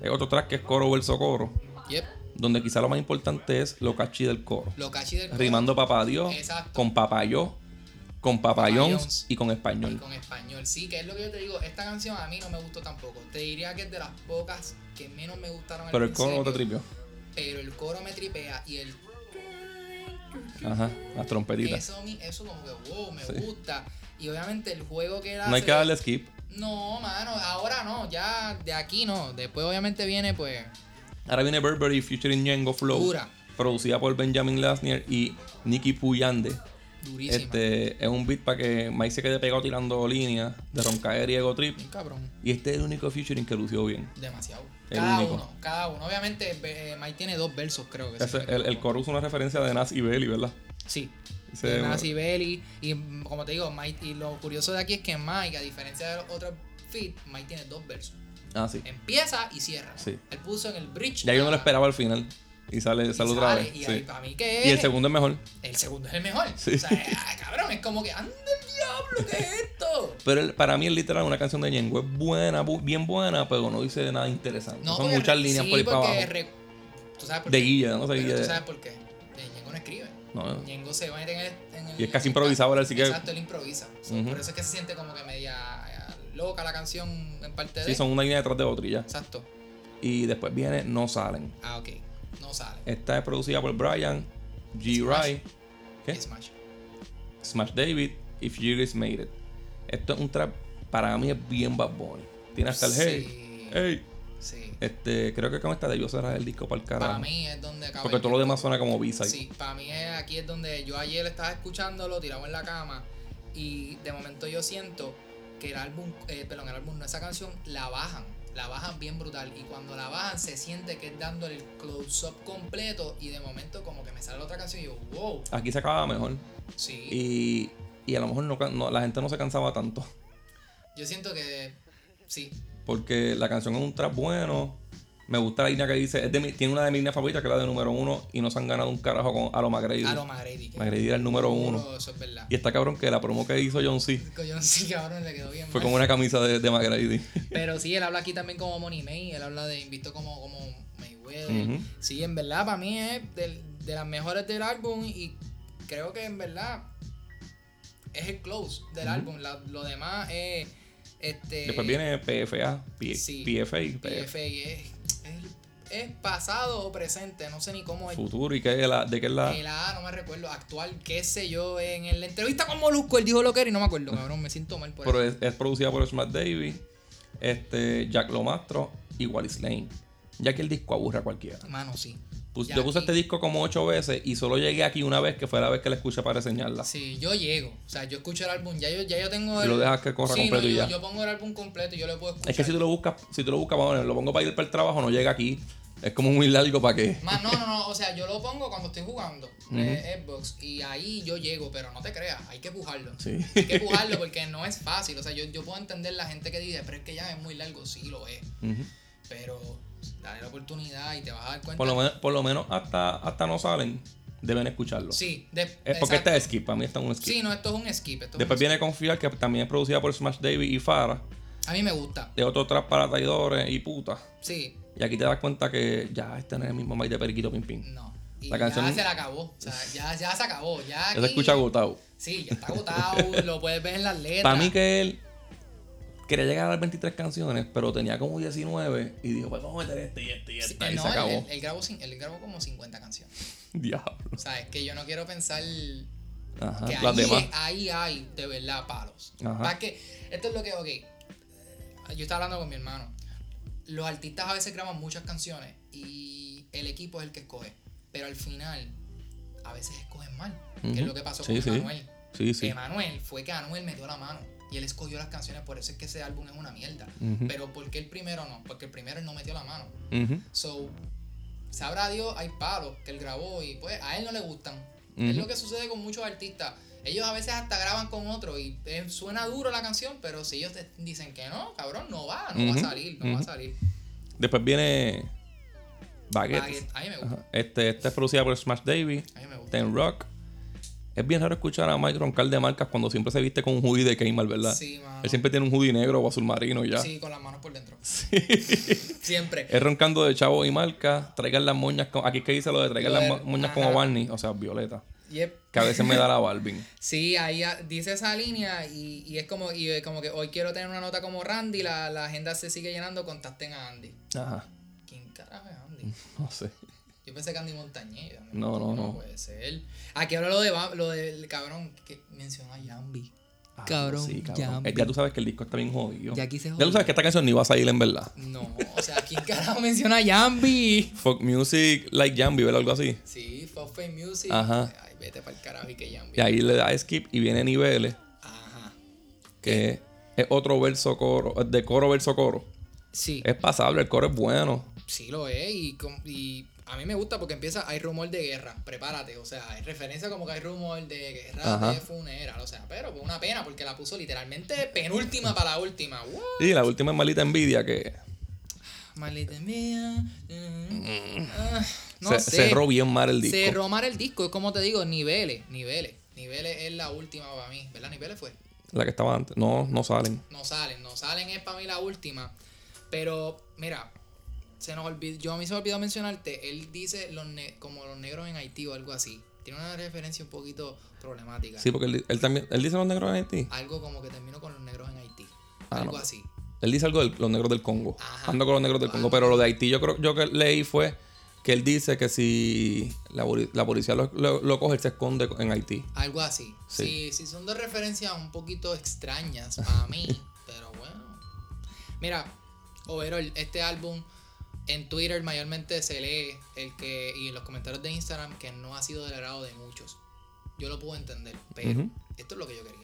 S2: Es otro track que es coro verso coro.
S3: Yep.
S2: Donde quizá lo más importante es lo cachi del coro.
S3: Lo cachi del
S2: Rimando papá Dios,
S3: Exacto.
S2: con papá yo, con papá
S3: Papa
S2: Jones
S3: Jones.
S2: y con
S3: Y
S2: español.
S3: con español, sí, que es lo que yo te digo. Esta canción a mí no me gustó tampoco. Te diría que es de las pocas que menos me gustaron. al
S2: Pero el coro no te
S3: principio,
S2: tripió.
S3: Pero el coro me tripea y el.
S2: Ajá, las trompetitas.
S3: Eso, mi- eso como que, wow, me
S2: Sí.
S3: gusta. Y obviamente el juego que era.
S2: No hay que darle skip.
S3: No, mano, ahora no, ya de aquí no. Después, obviamente, viene pues.
S2: Ahora viene Burberry featuring Django Flow.
S3: Dura.
S2: Producida por Benjamin Lasnier y Nicky Puyande.
S3: Durísima.
S2: Este es un beat para que Mike se quede pegado tirando líneas de Roncaer y Ego Trip.
S3: Bien cabrón.
S2: Y este es el único featuring que lució bien.
S3: Demasiado.
S2: El
S3: cada
S2: único.
S3: uno, cada uno. Obviamente, eh, Mike tiene dos versos, creo que Pues sí.
S2: Ese- el, el coro usa una referencia de Nas y Belly, ¿verdad?
S3: Sí.
S2: Ese-
S3: de Nancy Belly. Y mm, como te digo, Mike, y lo curioso de aquí es que Mike, a diferencia de los otros feed, Mike tiene dos versos.
S2: Ah,
S3: Em.
S2: sí.
S3: Empieza y cierra.
S2: Sí.
S3: Él puso en el bridge.
S2: Ya yo no lo
S3: a-
S2: esperaba al final. Y sale,
S3: y
S2: sale otra
S3: sale,
S2: vez.
S3: Y
S2: sí.
S3: ahí, para mí que
S2: Y el segundo es mejor.
S3: *laughs* el segundo es el mejor.
S2: Sí.
S3: O sea, ah, cabrón, es como que anda el diablo, ¿qué es esto?
S2: Pero él- para mí es literal una canción de Ñengo. Es buena, bu- bien buena, pero no dice nada interesante. Son
S3: porque-
S2: muchas líneas
S3: sí,
S2: por ahí para
S3: porque
S2: abajo.
S3: re- ¿Tú sabes por
S2: De
S3: qué?
S2: Guilla, no sé,
S3: Pero
S2: Guilla
S3: ¿Tú
S2: de-
S3: sabes por qué? Eh, Ñengo no escribe.
S2: No,
S3: Ñengo se va a meter en el, en el-
S2: Y es casi improvisado, ahora, así que-
S3: Exacto, él improvisa. So,
S2: Ujú.
S3: Por eso es que se siente como que media eh, loca la canción en parte de.
S2: sí, son una línea detrás de otra y ya.
S3: Exacto.
S2: Y después viene No Salen.
S3: Ah, ok. No sale.
S2: Esta es producida por Brian, G. Ray, ¿Qué?
S3: Smash.
S2: Smash David y Furious Made It. Esto es un trap, para mí es bien Bad Bunny. Tiene hasta el Eh.
S3: Sí.
S2: hey, hey.
S3: Sí.
S2: Este, creo que con esta debió cerrar el disco para el carajo.
S3: Para mí es donde acaba.
S2: porque
S3: el
S2: todo lo
S3: disco.
S2: demás suena como B-side.
S3: Sí, para mí es, aquí es donde yo ayer estaba escuchándolo, tirado en la cama, y de momento yo siento que el álbum, eh, perdón, el álbum no, esa canción la bajan, la bajan bien brutal, y cuando la bajan se siente que es dándole el close-up completo, y de momento como que me sale la otra canción y yo, wow,
S2: Aquí se acaba mejor.
S3: sí.
S2: Y, y a lo mejor no, can- no- la gente no se cansaba tanto.
S3: Yo siento que sí,
S2: Porque la canción es un trap bueno. Me gusta la línea que dice. es de mi- tiene una de mis líneas favoritas, que es la de número uno. Y no se han ganado un carajo con Aroma Grady.
S3: Aroma Grady. que-
S2: Grady era el número uno.
S3: eh, Eso es verdad.
S2: Y está cabrón que la promo que hizo John C.
S3: Yo *laughs* sí, cabrón, le quedó bien.
S2: Fue
S3: mal.
S2: con una camisa de, de McGrady.
S3: Pero sí, él habla aquí también como Money May, él habla de Invicto como, como Mayweather.
S2: Ujú.
S3: Sí, en verdad, para mí es del- de las mejores del álbum y creo que en verdad es el close del álbum. La- lo demás es. Este,
S2: Después viene PFA, P-
S3: sí.
S2: PFA, y
S3: PFA, y es, es, es pasado o presente, no sé ni cómo es.
S2: Futuro y qué es la, de qué es la.
S3: El A, no me recuerdo, actual, qué sé yo, en, en la entrevista con Molusco, él dijo lo que era y no me acuerdo, cabrón, me siento mal por
S2: Pero
S3: eso.
S2: es, es producida por Smash Davis, este, Jack Lomastro y Wallis Lane. Ya que el disco aburre a cualquiera.
S3: Mano, sí.
S2: Pus-
S3: Ya
S2: yo puse
S3: aquí-
S2: este disco como ocho veces y solo llegué aquí una vez, que fue la vez que la escuché para reseñarla.
S3: Sí, yo llego. O sea, yo escucho el álbum, ya yo, ya yo tengo
S2: Y
S3: el.
S2: lo dejas que corra
S3: Sí, no,
S2: completo y
S3: yo,
S2: ya.
S3: yo pongo el álbum completo y yo lo puedo escuchar.
S2: es que si tú lo buscas, si tú lo buscas, vamos a ver, lo pongo para ir para el trabajo, no llega aquí. Es como muy largo para que.
S3: Más, no, no, no, o sea, yo lo pongo cuando estoy jugando eh, Xbox y ahí yo llego, pero no te creas, hay que pujarlo. *laughs*
S2: Sí.
S3: Hay que pujarlo porque no es fácil. O sea, yo, yo puedo entender la gente que dice, pero es que ya es muy largo, sí lo es.
S2: Ujú.
S3: Pero dale la oportunidad y te vas a dar cuenta.
S2: por, lo menos, por lo menos hasta, hasta no salen, deben escucharlo.
S3: Sí, de-
S2: Es porque
S3: exacto.
S2: este es skip, para mí está un skip.
S3: Sí, no, esto es un skip. Esto es
S2: Después
S3: un skip.
S2: viene Confiar, que también es producida por Smash David y Farah.
S3: A mí me gusta.
S2: De otro trap para traidores y putas.
S3: Sí,
S2: Y aquí te das cuenta que ya este no es el mismo Mike de Periquito Pim Pim.
S3: no. Y
S2: La canción-
S3: ya se la acabó. O sea, ya, ya se acabó. Ya,
S2: Ya se
S3: aquí-
S2: escucha agotado.
S3: Sí, ya está
S2: *laughs*
S3: agotado. lo puedes ver en las letras.
S2: Para mí que él quería llegar a las 23 canciones, pero tenía como 19 y dijo, pues vamos a meter este y este y
S3: Sí,
S2: este.
S3: eh,
S2: y
S3: no,
S2: se
S3: él-
S2: acabó.
S3: Él, él grabó, cin- él grabó como 50 canciones.
S2: este". Diablo.
S3: O sea, es que yo no quiero pensar que
S2: Ajá.
S3: ahí,
S2: Ah, Las demás.
S3: es- ahí hay de verdad palos.
S2: Ajá.
S3: Pa' que, esto es lo que, ok, eh, yo estaba hablando con mi hermano. Los artistas a veces graban muchas canciones y el equipo es el que escoge. Pero al final, a veces escogen mal. Que es lo que pasó
S2: Sí,
S3: con
S2: sí.
S3: Manuel.
S2: Sí, sí.
S3: Emanuel fue que Anuel metió la mano y él escogió las canciones, por eso es que ese álbum es una mierda.
S2: Ujú.
S3: Pero ¿por qué el primero no? Porque el primero él no metió la mano.
S2: Ujú.
S3: So, sabrá Dios, hay palos que él grabó y pues a él no le gustan. Es
S2: Ujú.
S3: lo que sucede con muchos artistas. Ellos a veces hasta graban con otro y eh, suena duro la canción, pero si ellos te dicen que no, cabrón, no va, no va
S2: Ujú,
S3: a salir, no va a
S2: ujú.
S3: salir.
S2: Después viene Baguette.
S3: Baguette, A mí me gusta,
S2: Ajá. Este, esta es producida por Smash Davis,
S3: a mí me gusta.
S2: Ten Rock. Es bien raro escuchar a Mike roncar de marcas cuando siempre se viste con un hoodie de Kmart, ¿verdad?
S3: Sí, mano.
S2: Él siempre tiene un hoodie negro o azul marino y ya.
S3: Sí, con las manos por dentro. Siempre.
S2: Es roncando de chavo y marca, traigan las moñas con... Aquí es que dice lo de traigan
S3: Lo
S2: las
S3: de-
S2: mo- moñas
S3: ajá.
S2: como Barney, o sea, Violeta.
S3: Yep.
S2: Que a veces me da la Balvin.
S3: Sí, ahí ah, dice esa línea y, y es como, y eh, como que hoy quiero tener una nota como Randy, la, la agenda se sigue llenando, contacten a Andy.
S2: Ajá,
S3: ¿Quién carajo es Andy?
S2: no sé.
S3: Yo pensé que Andy Montañez. Andy
S2: No,
S3: Montañez
S2: no, no.
S3: puede ser. Aquí ahora lo de Ba- lo del cabrón que menciona a Yambi.
S2: Ah,
S3: *laughs* Cabrón, Yambi.
S2: Eh, Ya tú sabes que el disco está bien jodido.
S3: Ya aquí se
S2: Ya
S3: jodió.
S2: tú sabes que esta canción ni va a salir en verdad.
S3: No, o sea, ¿quién carajo menciona a
S2: *laughs*
S3: Yambi?
S2: Folk music like Jambi, ¿verdad? Algo así.
S3: Sí, Fox Fame Music.
S2: Ajá.
S3: Ay, vete para el carajo y que Yambi.
S2: Y ahí le da skip y viene niveles,
S3: Ajá.
S2: que es otro verso coro, de coro verso coro.
S3: Sí,
S2: Es pasable, el coro es bueno.
S3: sí lo es y, com- y a mí me gusta porque empieza, hay rumor de guerra, prepárate, o sea, hay referencia como que hay rumor de guerra
S2: Ajá.
S3: de funeral, o sea, pero fue una pena porque la puso literalmente penúltima para la última. What?
S2: Y la última es malita envidia que
S3: Maldita mía. mm, ah, no
S2: se-
S3: sé.
S2: cerró bien mal el disco.
S3: Cerró mal el disco. Es como te digo, niveles, niveles. Niveles es la última para mí. ¿Verdad? Niveles fue.
S2: La que estaba antes. No, no salen.
S3: No salen, no salen es para mí la última. Pero, mira, se nos olvidó, yo a mí se me olvidó mencionarte, él dice los ne- como los negros en Haití o algo así. Tiene una referencia un poquito problemática.
S2: Sí, porque él, él también. Él dice los negros en Haití.
S3: Algo como que terminó con los negros en Haití.
S2: Ah,
S3: algo
S2: no.
S3: así.
S2: Él dice algo de los negros del Congo.
S3: Ajá.
S2: Ando con los negros del Congo. Pero lo de Haití, yo creo yo que leí fue que él dice que si la, poli- la policía lo, lo- lo coge, él se esconde en Haití.
S3: Algo así.
S2: Sí.
S3: Sí. sí, son dos referencias un poquito extrañas para
S2: *laughs*
S3: mí, pero bueno. Mira, overall, este álbum en Twitter mayormente se lee el que y en los comentarios de Instagram que no ha sido del agrado de muchos. Yo lo puedo entender, pero
S2: Ujú.
S3: esto es lo que yo quería.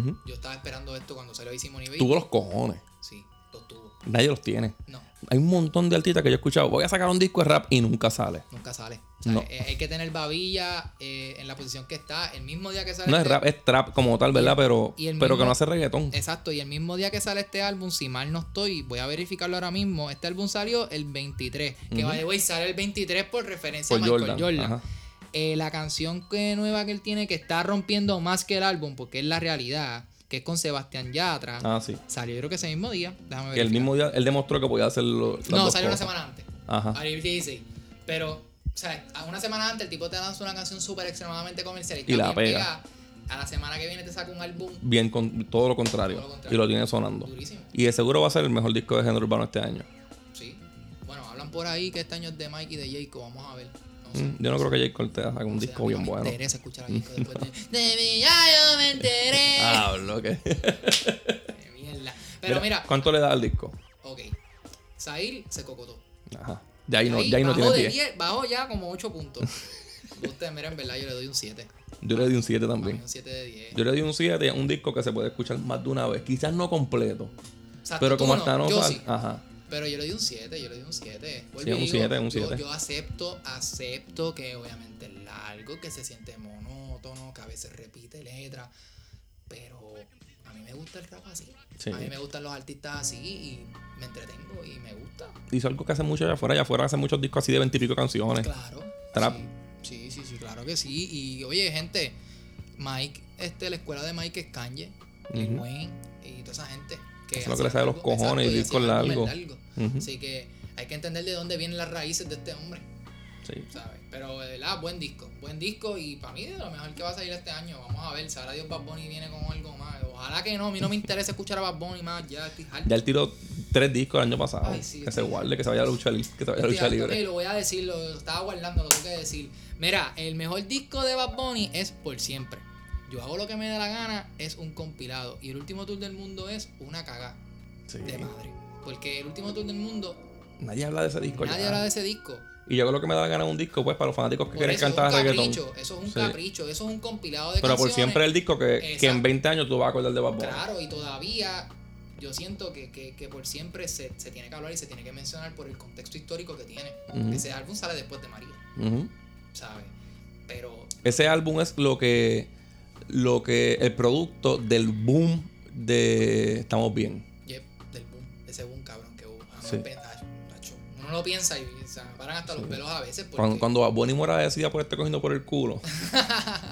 S2: Ujú.
S3: Yo estaba esperando esto cuando salió Simone B.
S2: Tuvo los cojones.
S3: Sí, los tuvo.
S2: Nadie los tiene.
S3: No,
S2: Hay un montón de artistas que yo he escuchado. Voy a sacar un disco de rap y nunca sale.
S3: nunca sale. O sea,
S2: No.
S3: eh, hay que tener babilla eh, en la posición que está. El mismo día que sale.
S2: No es
S3: este-
S2: rap, es trap como tal, ¿verdad? Pero,
S3: y el
S2: pero que
S3: mismo-
S2: no hace reggaetón.
S3: Exacto, y el mismo día que sale este álbum, si mal no estoy, voy a verificarlo ahora mismo. Este álbum salió el 23. Que
S2: Ujú.
S3: by the way, sale el 23 por referencia
S2: Por
S3: a Michael
S2: Jordan.
S3: Jordan.
S2: Ajá.
S3: Eh, la canción que nueva que él tiene que está rompiendo más que el álbum, porque es la realidad, que es con Sebastián Yatra.
S2: Ah, sí.
S3: Salió yo creo que ese mismo día. Déjame
S2: Que el
S3: verificar.
S2: mismo día, él demostró que podía hacerlo. las
S3: No,
S2: dos Ah.
S3: salió una
S2: cosas.
S3: semana antes.
S2: Ajá.
S3: Abril 16. Pero, o sea, a una semana antes el tipo te lanza una canción súper extremadamente comercial y, está
S2: Y la
S3: bien
S2: pega.
S3: pegada. A la semana que viene te saca un álbum
S2: Bien con todo lo contrario.
S3: Todo lo
S2: Y
S3: contrario.
S2: lo tiene sonando.
S3: durísimo.
S2: Y de seguro va a ser el mejor disco de género urbano este año.
S3: Sí. Bueno, hablan por ahí que este año es de Mike y de Jacob. Vamos a ver. No sé.
S2: Mm, Yo no creo que Jay Cortez haga un
S3: No sé, a
S2: disco
S3: mí
S2: bien
S3: no
S2: bueno. Mm.
S3: Me interesa escuchar a Jacob después de. De mí ya yo me enteré.
S2: *laughs* Ah, lo que.
S3: De mierda. Pero mira,
S2: ¿Cuánto le da al disco?
S3: ok. Zair se cocotó.
S2: Ajá. Ya ahí no,
S3: Ahí
S2: ya ahí no
S3: bajó
S2: tiene
S3: de
S2: 10.
S3: 10, Bajó ya como
S2: *laughs*
S3: 8 puntos. Ustedes, mira, en verdad yo le doy un 7.
S2: Yo le di un 7
S3: Para mí
S2: también.
S3: un 7 de 10.
S2: Yo le di un 7 a un disco que se puede escuchar más de una vez. Quizás no completo.
S3: Exacto,
S2: Pero
S3: tú
S2: como hasta no
S3: yo
S2: sal-
S3: sí.
S2: Ajá.
S3: Pero yo le di un 7, yo le di un 7. Vuelvo
S2: Sí,
S3: y
S2: un
S3: digo,
S2: siete, un
S3: yo-
S2: siete.
S3: Yo, acepto, acepto que obviamente es largo, que se siente monótono, que a veces repite letra. Pero a mí me gusta el rap así.
S2: Sí.
S3: A mí me gustan los artistas así y me entretengo y me gusta.
S2: Hizo algo que hace mucho allá afuera. Allá afuera hace muchos discos así de 20 y pico canciones.
S3: Claro.
S2: Trap.
S3: Sí, sí, sí, sí, claro que sí. Y oye, gente, Mike, este, la escuela de Mike es Kanye, Lil
S2: Ujú.
S3: Wayne y toda esa gente. Que
S2: Eso es lo que
S3: hacían
S2: le sale a los
S3: algo-
S2: cojones,
S3: exacto,
S2: y
S3: y
S2: discos
S3: hacían algo
S2: largos.
S3: bien largo.
S2: Ujú.
S3: Así que hay que entender de dónde vienen las raíces de este hombre,
S2: Sí.
S3: ¿sabes? Pero de verdad, buen disco, buen disco y para mí de lo mejor que va a salir este año. Vamos a ver, sabrá Dios Bad Bunny viene con algo más. Ojalá que no, a mí no me interesa escuchar a Bad Bunny más, ya estoy harto.
S2: Ya él tiró tres discos el año pasado.
S3: Ay, sí,
S2: que
S3: sí.
S2: se guarde, que se vaya a luchar, que se vaya a
S3: Estoy
S2: luchar
S3: harto, ok,
S2: libre.
S3: lo voy a decir, lo, lo estaba guardando, lo tengo que decir. Mira, el mejor disco de Bad Bunny es Por Siempre. Yo hago lo que me da la gana, es un compilado. Y el último tour del mundo es una cagada
S2: Sí.
S3: de madre. Porque el último tour del mundo,
S2: Nadie habla de ese disco.
S3: nadie
S2: ya.
S3: habla de ese disco.
S2: Y yo creo que me da ganas un disco, pues, para los fanáticos que
S3: Por
S2: quieren
S3: eso es un
S2: cantar reggaetón.
S3: capricho, eso es un
S2: Sí.
S3: capricho, eso es un compilado de
S2: Pero por
S3: canciones.
S2: siempre el disco que, que en
S3: Exacto.
S2: 20 años tú vas a acordar de Bad Bunny.
S3: Claro, y todavía yo siento que, que- que por siempre se, se tiene que hablar y se tiene que mencionar por el contexto histórico que tiene.
S2: Ujú.
S3: Ese álbum sale después de María,
S2: Ujú.
S3: ¿sabes? Pero
S2: Ese álbum es lo que, lo que, el producto del boom de Estamos Bien.
S3: Yep, del boom, de ese boom cabrón que hubo. A mí
S2: Sí.
S3: me pe- ay, macho, Uno lo piensa y se me paran hasta los pelos a veces. Porque,
S2: Cuando, cuando Bad Bunny muera decía por este cogiendo por el
S3: *laughs*
S2: culo,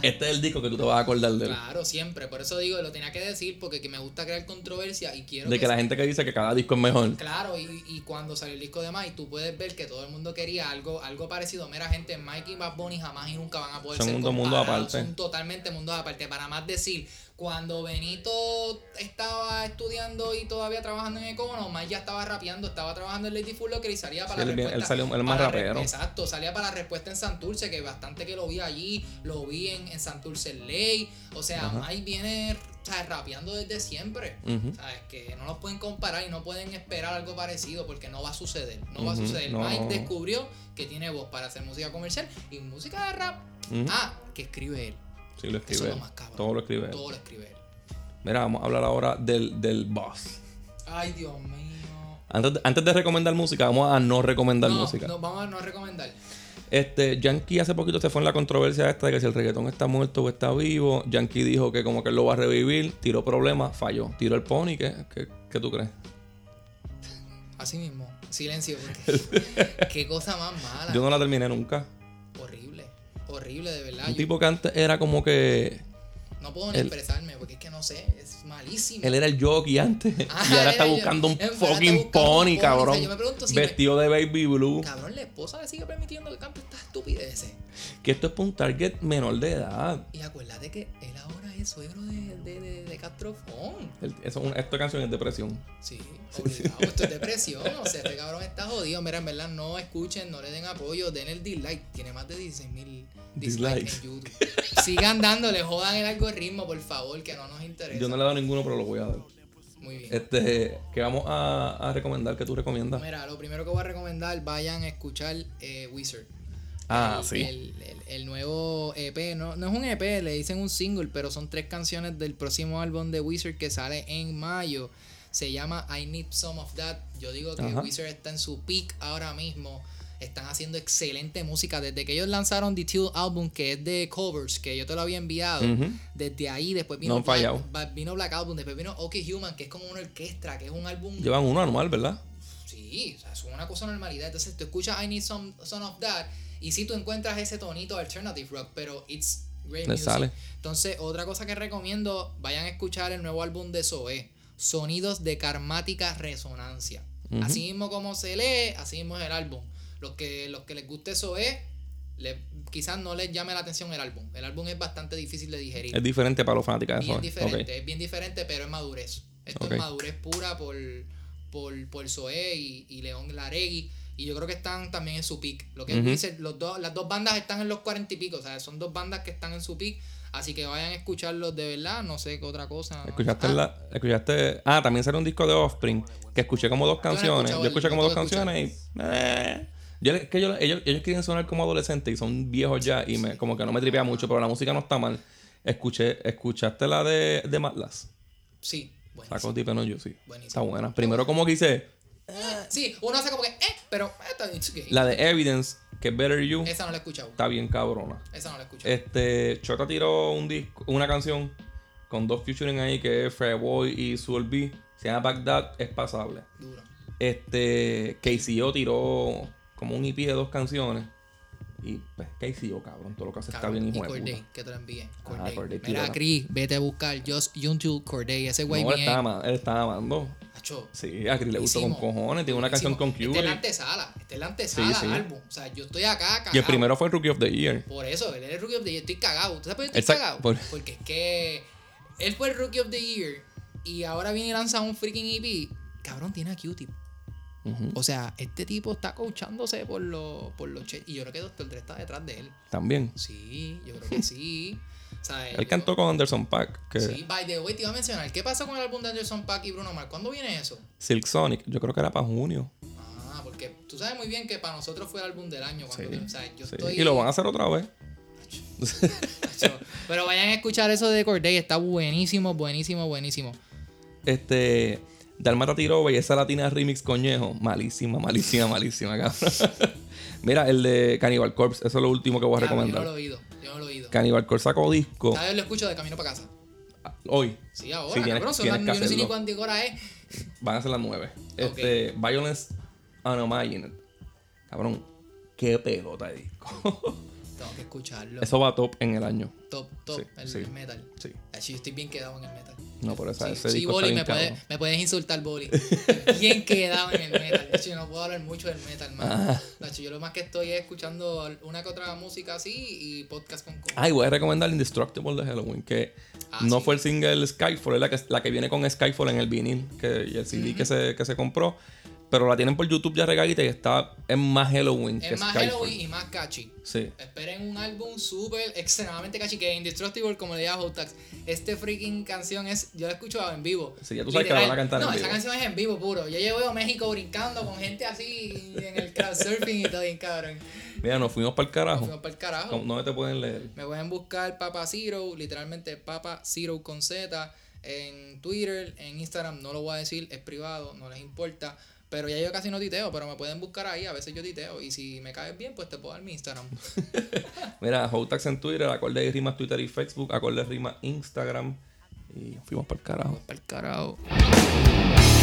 S2: este es el disco que tú te vas a acordar de él.
S3: Claro, siempre. Por eso digo, lo tenía que decir porque que me gusta crear controversia y quiero.
S2: De que la
S3: se-
S2: gente que dice que cada disco es mejor.
S3: Claro, y, y cuando salió el disco de Mike, tú puedes ver que todo el mundo quería algo algo parecido. Mira, gente, Mike y Bad Bunny jamás y nunca van a poder
S2: Son
S3: ser
S2: un mundo- mundo
S3: comparados,
S2: aparte.
S3: Son totalmente mundos aparte. Para más decir, cuando Benito estaba estudiando y todavía trabajando en Econo, Mike ya estaba rapeando, estaba trabajando en Lady Full Locker y salía para
S2: Sí,
S3: la
S2: él bien- él
S3: respuesta.
S2: salió- él más
S3: para la re-
S2: rapero.
S3: Exacto, salía para la respuesta en Santurce, que bastante que lo vi allí, lo vi en, en Santurce Ley. O sea,
S2: Ajá.
S3: Mike viene ¿sabes? rapeando desde siempre.
S2: Ujú.
S3: ¿Sabes? Que no los pueden comparar y no pueden esperar algo parecido porque no va a suceder. No va a
S2: Ujú,
S3: suceder.
S2: no.
S3: Mike descubrió que tiene voz para hacer música comercial y música de rap.
S2: Ujú.
S3: Ah, que escribe él.
S2: Sí, lo
S3: Eso
S2: escribe.
S3: es lo
S2: él.
S3: más cabrón.
S2: Todo lo escribe. él.
S3: Todo lo escribe él.
S2: Mira, vamos a hablar ahora del, del boss.
S3: Ay, Dios mío.
S2: Antes de, antes de recomendar música, vamos a no recomendar
S3: No,
S2: música.
S3: no, vamos a no recomendar.
S2: Este, Yankee hace poquito se fue en la controversia esta de que si el reggaetón está muerto o está vivo. Yankee dijo que como que él lo va a revivir, tiró problemas, falló. Tiró el pony, ¿qué, qué, qué tú crees?
S3: Así mismo. Silencio.
S2: *laughs*
S3: Porque... Qué cosa más mala.
S2: Yo no la terminé nunca.
S3: Horrible. Horrible, de verdad.
S2: Un
S3: Ah, Yo
S2: tipo que antes era como que...
S3: no puedo ni
S2: el-
S3: expresarme porque es que no sé. Es, es malísimo.
S2: Él era el jockey
S3: *laughs*
S2: antes.
S3: Ah,
S2: y
S3: él
S2: ahora está
S3: era el
S2: buscando un
S3: jockey. Eh, ahora está
S2: fucking pony,
S3: buscando un pony. O sea,
S2: cabrón.
S3: yo me pregunto si me-
S2: vestido de baby blue.
S3: Cabrón, la esposa le sigue permitiendo que campe estas estupideces.
S2: Que esto es para un target menor de edad.
S3: Y acuérdate que él ahora es suegro de, de, de, de Castrofón.
S2: El- eso es una- esta canción es depresión.
S3: Sí, obligado. Esto es depresión. O sea, este cabrón está jodido. Mira, en verdad, no escuchen, no le den apoyo, den el dislike. Tiene más de 16 mil dislikes en YouTube. Sigan dándole, jodan el algoritmo, por favor, que no nos interesa.
S2: Yo no le he dado ninguno, pero lo voy a dar.
S3: Muy bien.
S2: Este, que vamos a, a recomendar, que tú recomiendas.
S3: Mira, lo primero que voy a recomendar, vayan a escuchar eh, Wizard.
S2: Ah,
S3: el,
S2: sí.
S3: El, el- el nuevo EP, no, no es un EP, le dicen un single, pero son tres canciones del próximo álbum de Wizard que sale en mayo. Se llama I Need Some of That. Yo digo que
S2: Ajá.
S3: Wizard está en su peak ahora mismo. Están haciendo excelente música. Desde que ellos lanzaron The Two Album, que es de covers, que yo te lo había enviado.
S2: Ujú.
S3: Desde ahí, después
S2: No
S3: vino,
S2: han fallado.
S3: Black, Ba- vino Black Album, después vino OK Human, que es como una orquesta, que es un álbum
S2: Llevan uno anual, ¿verdad?
S3: Sí, o sea, es una cosa normalidad. Entonces tú escuchas I Need Some, Some of That y sí tú encuentras ese tonito alternative rock, pero it's great
S2: Le
S3: music.
S2: sale.
S3: Entonces, otra cosa que recomiendo, vayan a escuchar el nuevo álbum de Zoe, Sonidos de Karmática Resonancia.
S2: Ujú.
S3: Así mismo como se lee, así mismo es el álbum. Los que, los que les guste Zoe, le- quizás no les llame la atención el álbum. El álbum es bastante difícil de digerir
S2: Es diferente para los fanáticos de
S3: bien
S2: Sony.
S3: diferente,
S2: Ok.
S3: es bien diferente, pero es madurez. Esto
S2: Ok.
S3: es madurez pura por, por, por Zoé y, y León Laregui. Y yo creo que están también en su pick. Lo que
S2: Ujú.
S3: dice, los dos, las dos bandas están en los cuarenta y pico. O sea, son dos bandas que están en su pick. Así que vayan a escucharlos de verdad. No sé qué otra cosa.
S2: Escuchaste
S3: Ah,
S2: la, escuchaste. Ah, también salió un disco de Offspring. Que escuché como dos
S3: no he
S2: canciones.
S3: escuchado
S2: Yo escuché
S3: el-
S2: como
S3: lo
S2: dos
S3: tengo que
S2: canciones y. eh. Yo, le- es que yo- ellos, ellos quieren sonar como adolescentes y son viejos ya. Y me, como que no me tripea mucho, pero la música no está mal. Escuché, escuchaste la de, de Matlas.
S3: Sí, bueno.
S2: Sacó Deep No You, sí.
S3: Buenísimo.
S2: Está buena. Primero, como que hice
S3: Sí, uno hace como que, eh, pero eh, está bien, it's okay.
S2: la de Evidence, que es Better You,
S3: Esa no la he escuchado.
S2: está bien cabrona.
S3: Esa no la he escuchado.
S2: Este, Chota tiró un disco, una canción con dos featuring ahí que es Fireboy y Soul B. Se llama Bagdad, es pasable.
S3: Duro.
S2: Este, KCO tiró como un EP de dos canciones. Y pues, KCO, cabrón, todo lo que hace está
S3: Cabrón,
S2: bien
S3: y
S2: hijo de
S3: Corday,
S2: puta. Ah,
S3: que te lo envíe.
S2: Corday
S3: Corday.
S2: tira
S3: Mira,
S2: la-
S3: Chris, vete a buscar Just YouTube Corday. Ese güey
S2: No, él
S3: bien.
S2: estaba, ama- él estaba amando.
S3: Acho,
S2: Sí, a Chris le gustó con
S3: Buenísimo.
S2: cojones. Tiene una canción con
S3: Buenísimo. Este
S2: Q.
S3: Esta es la antesala. Esta es la antesala
S2: Sí, sí.
S3: del álbum. O sea, yo estoy acá cagado.
S2: Y el primero fue el Rookie of the Year.
S3: Por eso, él es el Rookie of the Year. Estoy cagado. ¿Tú sabes por qué estoy
S2: Exacto,
S3: cagado?
S2: por-
S3: Porque es que él fue el Rookie of the Year y ahora viene y lanza un freaking EP. Cabrón, tiene a Q-Tip.
S2: Ujú.
S3: O sea, este tipo está coachándose por los por los che- Y yo creo que Doctor Dre está detrás de él.
S2: También.
S3: Sí, yo creo que sí. *laughs* O sea,
S2: Él
S3: yo-
S2: cantó eh. con Anderson Pack, que
S3: Sí, by the way, te iba a mencionar. ¿Qué pasa con el álbum de Anderson Pack y Bruno Mars? ¿Cuándo viene eso?
S2: Silk Sonic, yo creo que era para junio.
S3: Ah, porque tú sabes muy bien que para nosotros fue el álbum del año. Cuando,
S2: Sí,
S3: o sea, yo
S2: sí.
S3: estoy,
S2: Y lo van a hacer otra vez.
S3: *laughs* Pero vayan a escuchar eso de Corday. Está buenísimo, buenísimo, buenísimo.
S2: Este. Dalmata tiró Belleza Latina Remix Coñejo. Malísima,
S3: *laughs*
S2: malísima, malísima, cabrón. *laughs* Mira, el de Cannibal Corpse. Eso es lo último que voy a
S3: Claro, yo no
S2: recomendar.
S3: lo he oído. Yo no lo he oído.
S2: Cannibal Corpse sacó disco
S3: Cada vez lo escucho de camino para casa.
S2: hoy.
S3: Sí, ahora,
S2: Sí, tienes-
S3: cabrón. Son
S2: tienes que
S3: las- yo no sé ni
S2: hacerlo.
S3: cuánto hora es.
S2: Van a ser las 9. Este, Violence Unimagined. Cabrón, qué pelota de
S3: *laughs*
S2: disco.
S3: Tengo que escucharlo.
S2: Eso va top en el año.
S3: Top, top.
S2: Sí,
S3: el
S2: sí.
S3: metal.
S2: Sí.
S3: Así yo estoy bien quedado en el metal.
S2: No, por eso
S3: Sí,
S2: ese
S3: sí,
S2: disco
S3: Boli, me,
S2: está bien
S3: puedes-
S2: cabrón.
S3: me puedes insultar, Boli.
S2: *laughs*
S3: Bien quedado en el metal. De hecho, yo no puedo hablar mucho del metal, man.
S2: Ah.
S3: De hecho, yo lo más que estoy es escuchando una que otra música así y podcast con con-
S2: Ay, Ah, voy a recomendar Indestructible de Halloween, que
S3: Ah,
S2: no
S3: sí.
S2: fue el single Skyfall, es la que, la que viene con Skyfall en el vinil que, y el CD que, se, que se compró. Pero la tienen por YouTube ya regalita y está en más Halloween que
S3: Es más
S2: Skyfall.
S3: Halloween y más catchy.
S2: Sí.
S3: Esperen un álbum súper extremadamente catchy que Indestructible, como le llama Hotax. Este freaking canción es. Yo la he escuchado en vivo.
S2: Sí, ya tú sabes que la van a cantar
S3: no,
S2: en vivo.
S3: esa canción es en vivo puro. Yo llevo a México brincando con gente así en el crowdsurfing y todo bien cabrón.
S2: Mira, nos fuimos para el carajo.
S3: Fuimos para el carajo.
S2: No, no te pueden leer.
S3: Me pueden buscar Papa Zero, literalmente Papa Zero con Z, en Twitter, en Instagram, no lo voy a decir, es privado, no les importa. Pero ya yo casi no titeo, pero me pueden buscar ahí, a veces yo titeo. Y si me caes bien, pues te puedo dar mi Instagram.
S2: Mira, Hotax en Twitter, acorde de rimas Twitter y Facebook, acorde de rimas Instagram. Y fuimos para el carajo.
S3: Para el carajo.